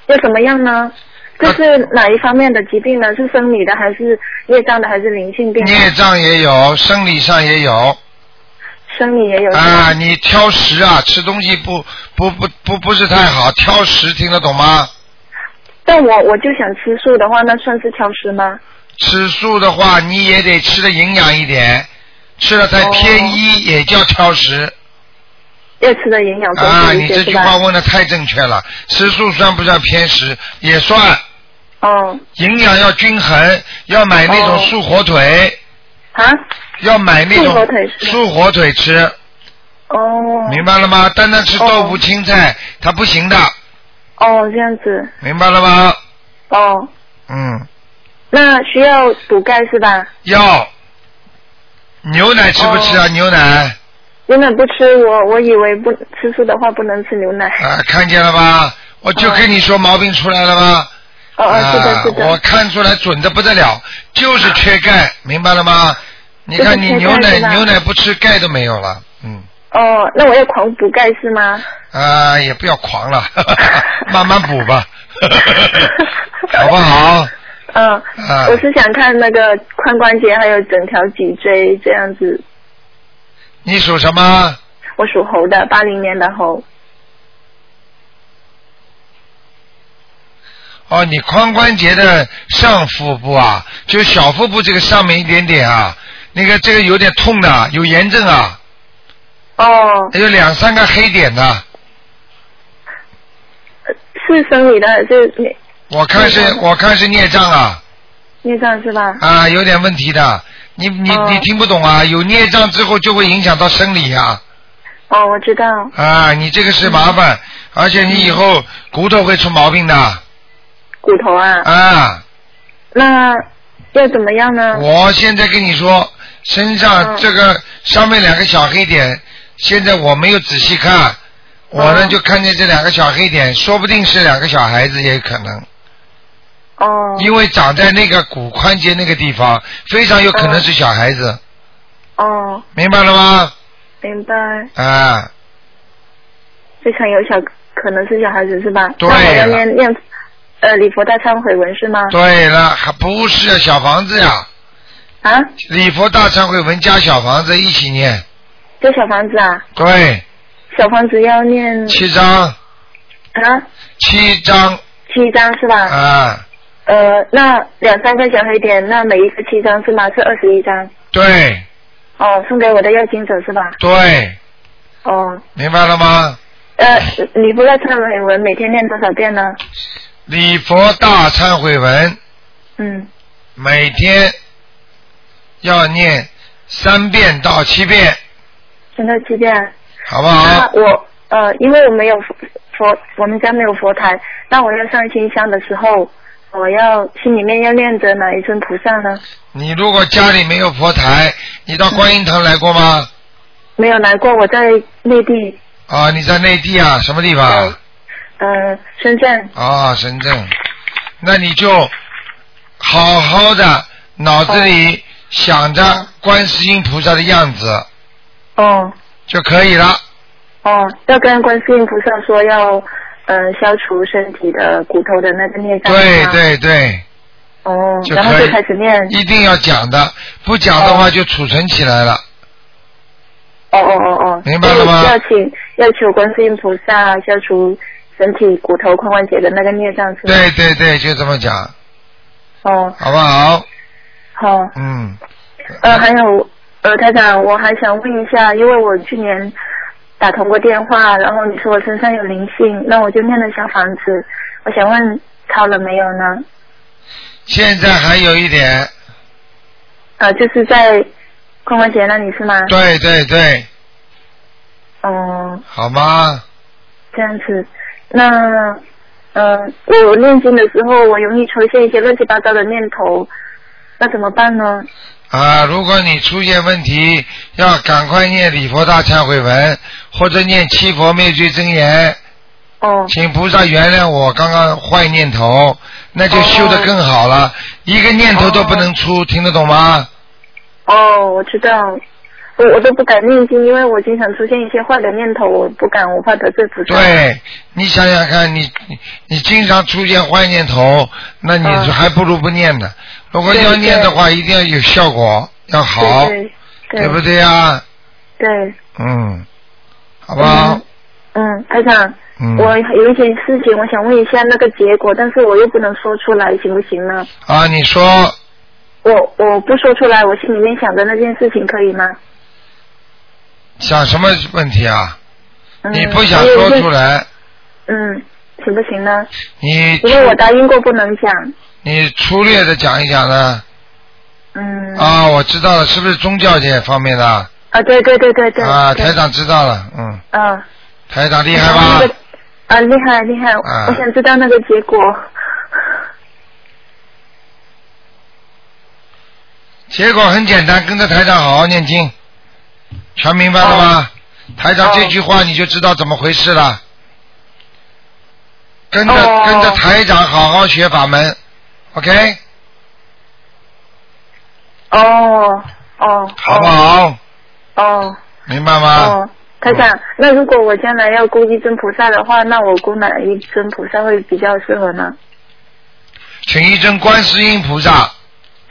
[SPEAKER 11] 那？要怎么样
[SPEAKER 1] 啊
[SPEAKER 11] 呢？这是哪一方面的疾病呢？是生理的，还是业障的，还是灵性病呢？
[SPEAKER 1] 孽障也有，生理上也有
[SPEAKER 11] 生理也有。
[SPEAKER 1] 啊。你挑食啊，吃东西不不不不不是太好，挑食听得懂吗？
[SPEAKER 11] 但我我就想吃素的话，那算是挑食吗？
[SPEAKER 1] 吃素的话，你也得吃的营养一点，吃的太
[SPEAKER 11] 哦
[SPEAKER 1] 偏一也叫挑食
[SPEAKER 11] 要吃的营养丰
[SPEAKER 1] 啊。
[SPEAKER 11] 富一
[SPEAKER 1] 你
[SPEAKER 11] 些、
[SPEAKER 1] 这
[SPEAKER 11] 是
[SPEAKER 1] 句
[SPEAKER 11] 吧？
[SPEAKER 1] 话问的太正确了，吃素算不算偏食？也算。
[SPEAKER 11] 哦。
[SPEAKER 1] 营养要均衡，要买那种
[SPEAKER 11] 哦
[SPEAKER 1] 素火腿。
[SPEAKER 11] 啊？
[SPEAKER 1] 要买那
[SPEAKER 11] 素
[SPEAKER 1] 种
[SPEAKER 11] 火腿是吗
[SPEAKER 1] 素火腿吃，
[SPEAKER 11] 哦
[SPEAKER 1] 明白了吗？单单吃豆腐、青菜，它不行的，
[SPEAKER 11] 哦，这样子
[SPEAKER 1] 明白了吗？
[SPEAKER 11] 哦，
[SPEAKER 1] 嗯，
[SPEAKER 11] 那需要补钙是吧？
[SPEAKER 1] 要牛奶吃不吃
[SPEAKER 11] 哦
[SPEAKER 1] 啊？牛奶
[SPEAKER 11] 牛奶不吃，我我以为不吃素的话不能吃牛奶。
[SPEAKER 1] 啊，看见了吧？我就跟你说毛病出来了吧？
[SPEAKER 11] 哦哦
[SPEAKER 1] 啊
[SPEAKER 11] 是的是的
[SPEAKER 1] 我看出来准的不得了，就是缺钙，明白了吗？你
[SPEAKER 11] 就是
[SPEAKER 1] 看你
[SPEAKER 11] 缺钙
[SPEAKER 1] 牛奶
[SPEAKER 11] 是吧
[SPEAKER 1] 牛奶不吃钙都没有了，嗯，
[SPEAKER 11] 哦，那我要狂补钙是吗？
[SPEAKER 1] 啊，也不要狂 了，慢慢补吧，好不好？
[SPEAKER 11] 嗯、
[SPEAKER 1] 啊
[SPEAKER 11] 我是想看那个髋关节还有整条脊椎这样子。
[SPEAKER 1] 你属什么？
[SPEAKER 11] 我属猴的，八零年的猴。
[SPEAKER 1] 哦，你髋关节的上腹部啊，就小腹部这个上面一点点啊，那个这个有点痛的，有炎症啊，
[SPEAKER 11] 哦，
[SPEAKER 1] 有两三个黑点的，
[SPEAKER 11] 是生理的还是孽
[SPEAKER 1] 我看是我看是孽障啊
[SPEAKER 11] 孽障是吧？
[SPEAKER 1] 啊，有点问题的。你你你听不懂啊？有孽障之后就会影响到生理呀、
[SPEAKER 11] 哦，我知道。
[SPEAKER 1] 啊。你这个是麻烦，而且你以后骨头会出毛病的
[SPEAKER 11] 骨头啊，
[SPEAKER 1] 啊！
[SPEAKER 11] 那要怎么样呢？
[SPEAKER 1] 我现在跟你说，身上这个上面两个小黑点，现在我没有仔细看，我呢就看见这两个小黑点，说不定是两个小孩子也可能。
[SPEAKER 11] 哦。
[SPEAKER 1] 因为长在那个骨关节那个地方，非常有可能是小孩子，
[SPEAKER 11] 哦，
[SPEAKER 1] 明白了吗？
[SPEAKER 11] 明白，
[SPEAKER 1] 啊，
[SPEAKER 11] 非常有小可能是小孩子是吧？
[SPEAKER 1] 对
[SPEAKER 11] 那我要
[SPEAKER 1] 了
[SPEAKER 11] 念念呃礼佛大忏悔文是吗？
[SPEAKER 1] 对了，还不是小房子呀，
[SPEAKER 11] 啊，
[SPEAKER 1] 礼佛大忏悔文加小房子一起念，
[SPEAKER 11] 这小房子啊，
[SPEAKER 1] 对，
[SPEAKER 11] 小房子要
[SPEAKER 9] 嗯
[SPEAKER 11] 念
[SPEAKER 1] 七张，
[SPEAKER 11] 啊
[SPEAKER 1] 七张
[SPEAKER 11] 七张是
[SPEAKER 9] 嗯
[SPEAKER 11] 吧？
[SPEAKER 1] 啊，
[SPEAKER 11] 呃，那两三个小黑点，那每一个七张是吗？是二十一张。
[SPEAKER 1] 对
[SPEAKER 11] 哦，送给我的要经者是吧？
[SPEAKER 1] 对，
[SPEAKER 11] 哦，
[SPEAKER 1] 明白了吗？
[SPEAKER 11] 呃，你不要忏悔文每天念多少遍呢？
[SPEAKER 1] 礼佛大忏悔文
[SPEAKER 11] 嗯，
[SPEAKER 1] 每天要念三遍到七遍，
[SPEAKER 11] 真的七遍。
[SPEAKER 1] 好不好？
[SPEAKER 11] 那我呃，因为我没有佛佛，我们家没有佛台，那我要上清香的时候，我要心里面要念着哪一尊菩萨呢？
[SPEAKER 1] 你如果家里没有佛台，你到观音堂来过吗？
[SPEAKER 11] 没有来过，我在内地，
[SPEAKER 1] 啊，你在内地啊，什么地方？
[SPEAKER 11] 呃，深圳。
[SPEAKER 1] 啊，深圳。那你就好好的脑子里想着观世音菩萨的样子
[SPEAKER 11] 哦
[SPEAKER 1] 就可以了。
[SPEAKER 11] 哦，要跟观世音菩萨说要呃消除身体的骨头的那个孽障。
[SPEAKER 1] 对
[SPEAKER 11] 是吗。
[SPEAKER 1] 对对，
[SPEAKER 11] 哦，
[SPEAKER 1] 就
[SPEAKER 11] 然后
[SPEAKER 1] 可
[SPEAKER 11] 就
[SPEAKER 1] 以
[SPEAKER 11] 开始念。
[SPEAKER 1] 一定要讲的，不讲的话就储存起来了。
[SPEAKER 11] 哦哦哦哦。
[SPEAKER 1] 明白了吗
[SPEAKER 11] 要请要求观世音菩萨消除身体骨头髋关节的那个孽障是吗？
[SPEAKER 1] 对对对，就这么讲，
[SPEAKER 11] 哦，
[SPEAKER 1] 好不好？
[SPEAKER 11] 好。
[SPEAKER 1] 嗯，
[SPEAKER 11] 呃，还有呃，台长，我还想问一下，因为我去年打通过电话，然后你说我身上有灵性，那我就念了小房子，我想问超了没有呢？
[SPEAKER 1] 现在还有一点，
[SPEAKER 11] 呃，就是在髋关节那里是吗？。
[SPEAKER 1] 对对对，
[SPEAKER 11] 哦、
[SPEAKER 1] 好吗？
[SPEAKER 11] 这样子，那呃，我念经的时候，我容易出现一些乱七八糟的念头，那怎么办呢？
[SPEAKER 1] 啊，如果你出现问题，要赶快念礼佛大忏悔文，或者念七佛灭罪真言。
[SPEAKER 11] 哦。
[SPEAKER 1] 请菩萨原谅我刚刚坏念头，那就修得更好了，一个念头都不能出，听得懂吗？
[SPEAKER 11] 哦，我知道，我我都不敢念经，因为我经常出现一些坏的念头，我不敢，我怕得罪菩萨。
[SPEAKER 1] 对，你想想看，你你你经常出现坏念头，那你
[SPEAKER 11] 嗯
[SPEAKER 1] 还不如不念呢。如果
[SPEAKER 11] 对
[SPEAKER 1] 要念的
[SPEAKER 11] 对
[SPEAKER 1] 话，一定要有效果，要好，
[SPEAKER 11] 对对
[SPEAKER 1] 不对呀、
[SPEAKER 11] 对，
[SPEAKER 1] 嗯，好不好？
[SPEAKER 11] 嗯，台长，
[SPEAKER 1] 嗯
[SPEAKER 11] 我有一件事情，我想问一下那个结果，但是我又不能说出来，行不行呢？
[SPEAKER 1] 啊，你说
[SPEAKER 11] 我我不说出来，我心里面想着那件事情可以吗？
[SPEAKER 1] 想什么问题啊？
[SPEAKER 11] 嗯、
[SPEAKER 1] 你不想说出
[SPEAKER 11] 我有一件。
[SPEAKER 1] 来，
[SPEAKER 11] 嗯，行不行呢？
[SPEAKER 1] 你
[SPEAKER 11] 因为我答应过不能讲。
[SPEAKER 1] 你粗略的讲一讲呢？
[SPEAKER 11] 嗯。
[SPEAKER 1] 啊，我知道了，是不是宗教界方面的？
[SPEAKER 11] 啊，对对对对对。
[SPEAKER 1] 啊，
[SPEAKER 11] 对
[SPEAKER 1] 台。长知道了，嗯，
[SPEAKER 11] 啊
[SPEAKER 1] 台长厉害吧
[SPEAKER 11] 那？个啊，厉害厉害！
[SPEAKER 1] 啊
[SPEAKER 11] 我想知道那个结果。
[SPEAKER 1] 结果很简单，跟着台长好好念经，全明白了吗？
[SPEAKER 11] 哦
[SPEAKER 1] 台长这句话你就知道怎么回事了。跟着、
[SPEAKER 11] 哦
[SPEAKER 1] 跟着台长好好学法门，OK，
[SPEAKER 11] 哦哦
[SPEAKER 1] 好不啊好？
[SPEAKER 11] 哦
[SPEAKER 1] 明白吗？
[SPEAKER 11] 哦，台长，那如果我将来要供一尊菩萨的话，那我供哪一尊菩萨会比较适合呢？
[SPEAKER 1] 请一尊观世音菩萨，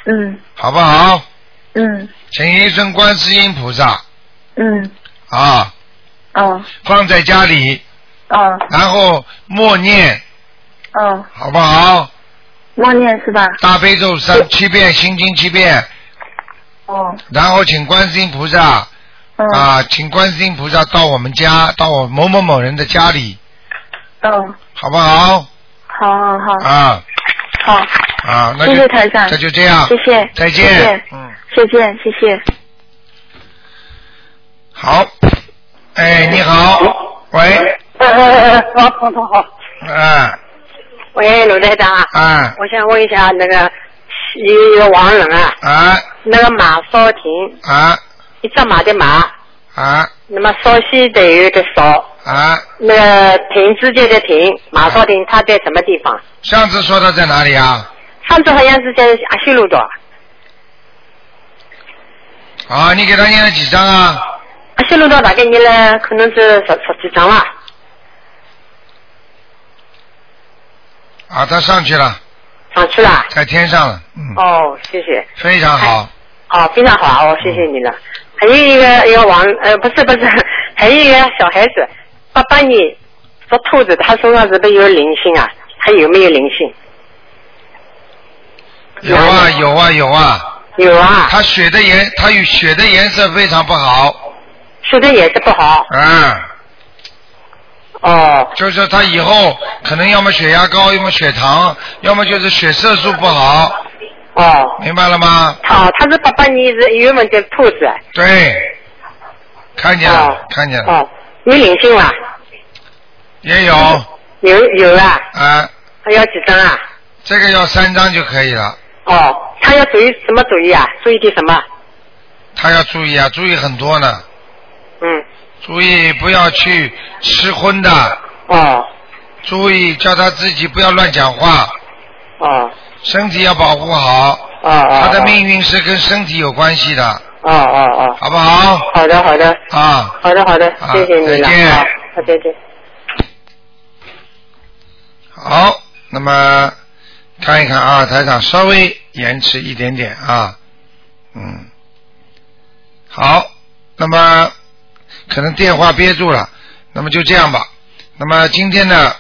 [SPEAKER 11] 嗯
[SPEAKER 1] 好不好？
[SPEAKER 11] 嗯
[SPEAKER 1] 请一尊观世音菩萨
[SPEAKER 11] 嗯，
[SPEAKER 1] 啊，
[SPEAKER 11] 哦
[SPEAKER 1] 放在家里，
[SPEAKER 11] 哦
[SPEAKER 1] 然后默念，
[SPEAKER 11] 哦，
[SPEAKER 1] 好不好？
[SPEAKER 11] 默念是吧？
[SPEAKER 1] 大悲咒三七遍，心经七遍，
[SPEAKER 11] 哦
[SPEAKER 1] 然后请观世音菩萨
[SPEAKER 11] 嗯
[SPEAKER 1] 啊，请观世音菩萨到我们家，到我某某某人的家里，
[SPEAKER 11] 嗯，
[SPEAKER 1] 好不好？
[SPEAKER 11] 好好好，
[SPEAKER 1] 啊
[SPEAKER 11] 好，
[SPEAKER 1] 啊，那就
[SPEAKER 11] 谢谢台长，
[SPEAKER 1] 那就这样，
[SPEAKER 11] 谢谢，
[SPEAKER 1] 再见，
[SPEAKER 11] 谢谢，
[SPEAKER 1] 嗯，
[SPEAKER 11] 再见，谢谢。
[SPEAKER 1] 好，哎，你好，喂，
[SPEAKER 12] 呃，王彤彤好，
[SPEAKER 1] 啊
[SPEAKER 12] 喂，鲁台长，
[SPEAKER 1] 啊
[SPEAKER 12] 我想问一下那个一个亡人啊，
[SPEAKER 1] 啊
[SPEAKER 12] 那个马少廷，
[SPEAKER 1] 啊
[SPEAKER 12] 一只马的马，
[SPEAKER 1] 啊
[SPEAKER 12] 那么绍兴的有的绍，
[SPEAKER 1] 啊！
[SPEAKER 12] 那个亭之间的亭，马少廷他在什么地方？
[SPEAKER 1] 上次说他在哪里啊？
[SPEAKER 12] 上次好像是在阿修罗岛，
[SPEAKER 1] 啊，你给他念了几张啊？
[SPEAKER 12] 阿修罗岛大概念了可能是十十几张了，
[SPEAKER 1] 啊，他上去了，
[SPEAKER 12] 上去了。
[SPEAKER 1] 在天上了，嗯
[SPEAKER 12] 哦，谢谢。
[SPEAKER 1] 非常好。
[SPEAKER 12] 哦，非常好，哦，谢谢你了。还有一个一个王，呃，不是不 是，还有一个小孩子，八八年属兔子，他身上是不是有灵性啊？他有没有灵性？
[SPEAKER 1] 有啊有啊有啊。
[SPEAKER 12] 有啊。
[SPEAKER 1] 他血的颜，他与血的颜色非常不好。
[SPEAKER 12] 血的颜色不好。
[SPEAKER 1] 嗯。
[SPEAKER 12] 哦。
[SPEAKER 1] 就是他以后可能要么血压高，要么血糖，要么就是血色素不好。
[SPEAKER 12] 哦。
[SPEAKER 1] 明白了吗？
[SPEAKER 12] 哦，他是八八年是一月份的兔子，啊
[SPEAKER 1] 对。看见了，看见了。
[SPEAKER 12] 哦，有灵性啦，
[SPEAKER 1] 也有
[SPEAKER 12] 有有啊，
[SPEAKER 1] 啊，
[SPEAKER 12] 还要几张啊？
[SPEAKER 1] 这个要三张就可以了。
[SPEAKER 12] 哦，他要注意什么注意啊？注意点什么？
[SPEAKER 1] 他要注意啊，注意很多呢。
[SPEAKER 12] 嗯。
[SPEAKER 1] 注意不要去吃荤的。
[SPEAKER 3] 啊
[SPEAKER 12] 哦。
[SPEAKER 1] 注意叫他自己不要乱讲话。
[SPEAKER 3] 啊
[SPEAKER 12] 哦。
[SPEAKER 1] 身体要保护好。
[SPEAKER 12] 哦哦。
[SPEAKER 1] 他的命运是跟身体有关系的，
[SPEAKER 3] 啊
[SPEAKER 12] 哦哦哦。
[SPEAKER 1] 好不好？
[SPEAKER 12] 好的好的。
[SPEAKER 1] 啊。
[SPEAKER 12] 好的好的，
[SPEAKER 1] 啊
[SPEAKER 12] 谢谢你了，
[SPEAKER 1] 再见
[SPEAKER 12] 好，好再见。
[SPEAKER 1] 好，那么看一看啊，台长稍微延迟一点点啊，嗯，好，那么可能电话憋住了，那么就这样吧。那么今天呢，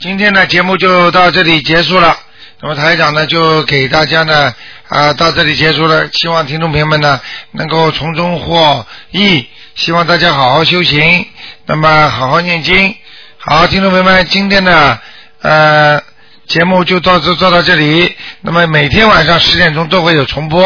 [SPEAKER 1] 今天呢节目就到这里结束了。那么台长呢就给大家呢啊、到这里结束了，希望听众朋友们呢能够从中获益，希望大家好好修行，那么好好念经。好，听众朋友们，今天呢，呃，节目就到这做到这里。那么每天晚上十点钟都会有重播。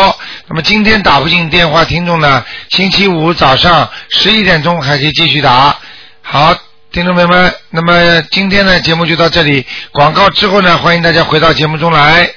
[SPEAKER 1] 那么今天打不进电话，听众呢，星期五早上十一点钟还可以继续打。好，听众朋友们，那么今天的节目就到这里。广告之后呢，欢迎大家回到节目中来。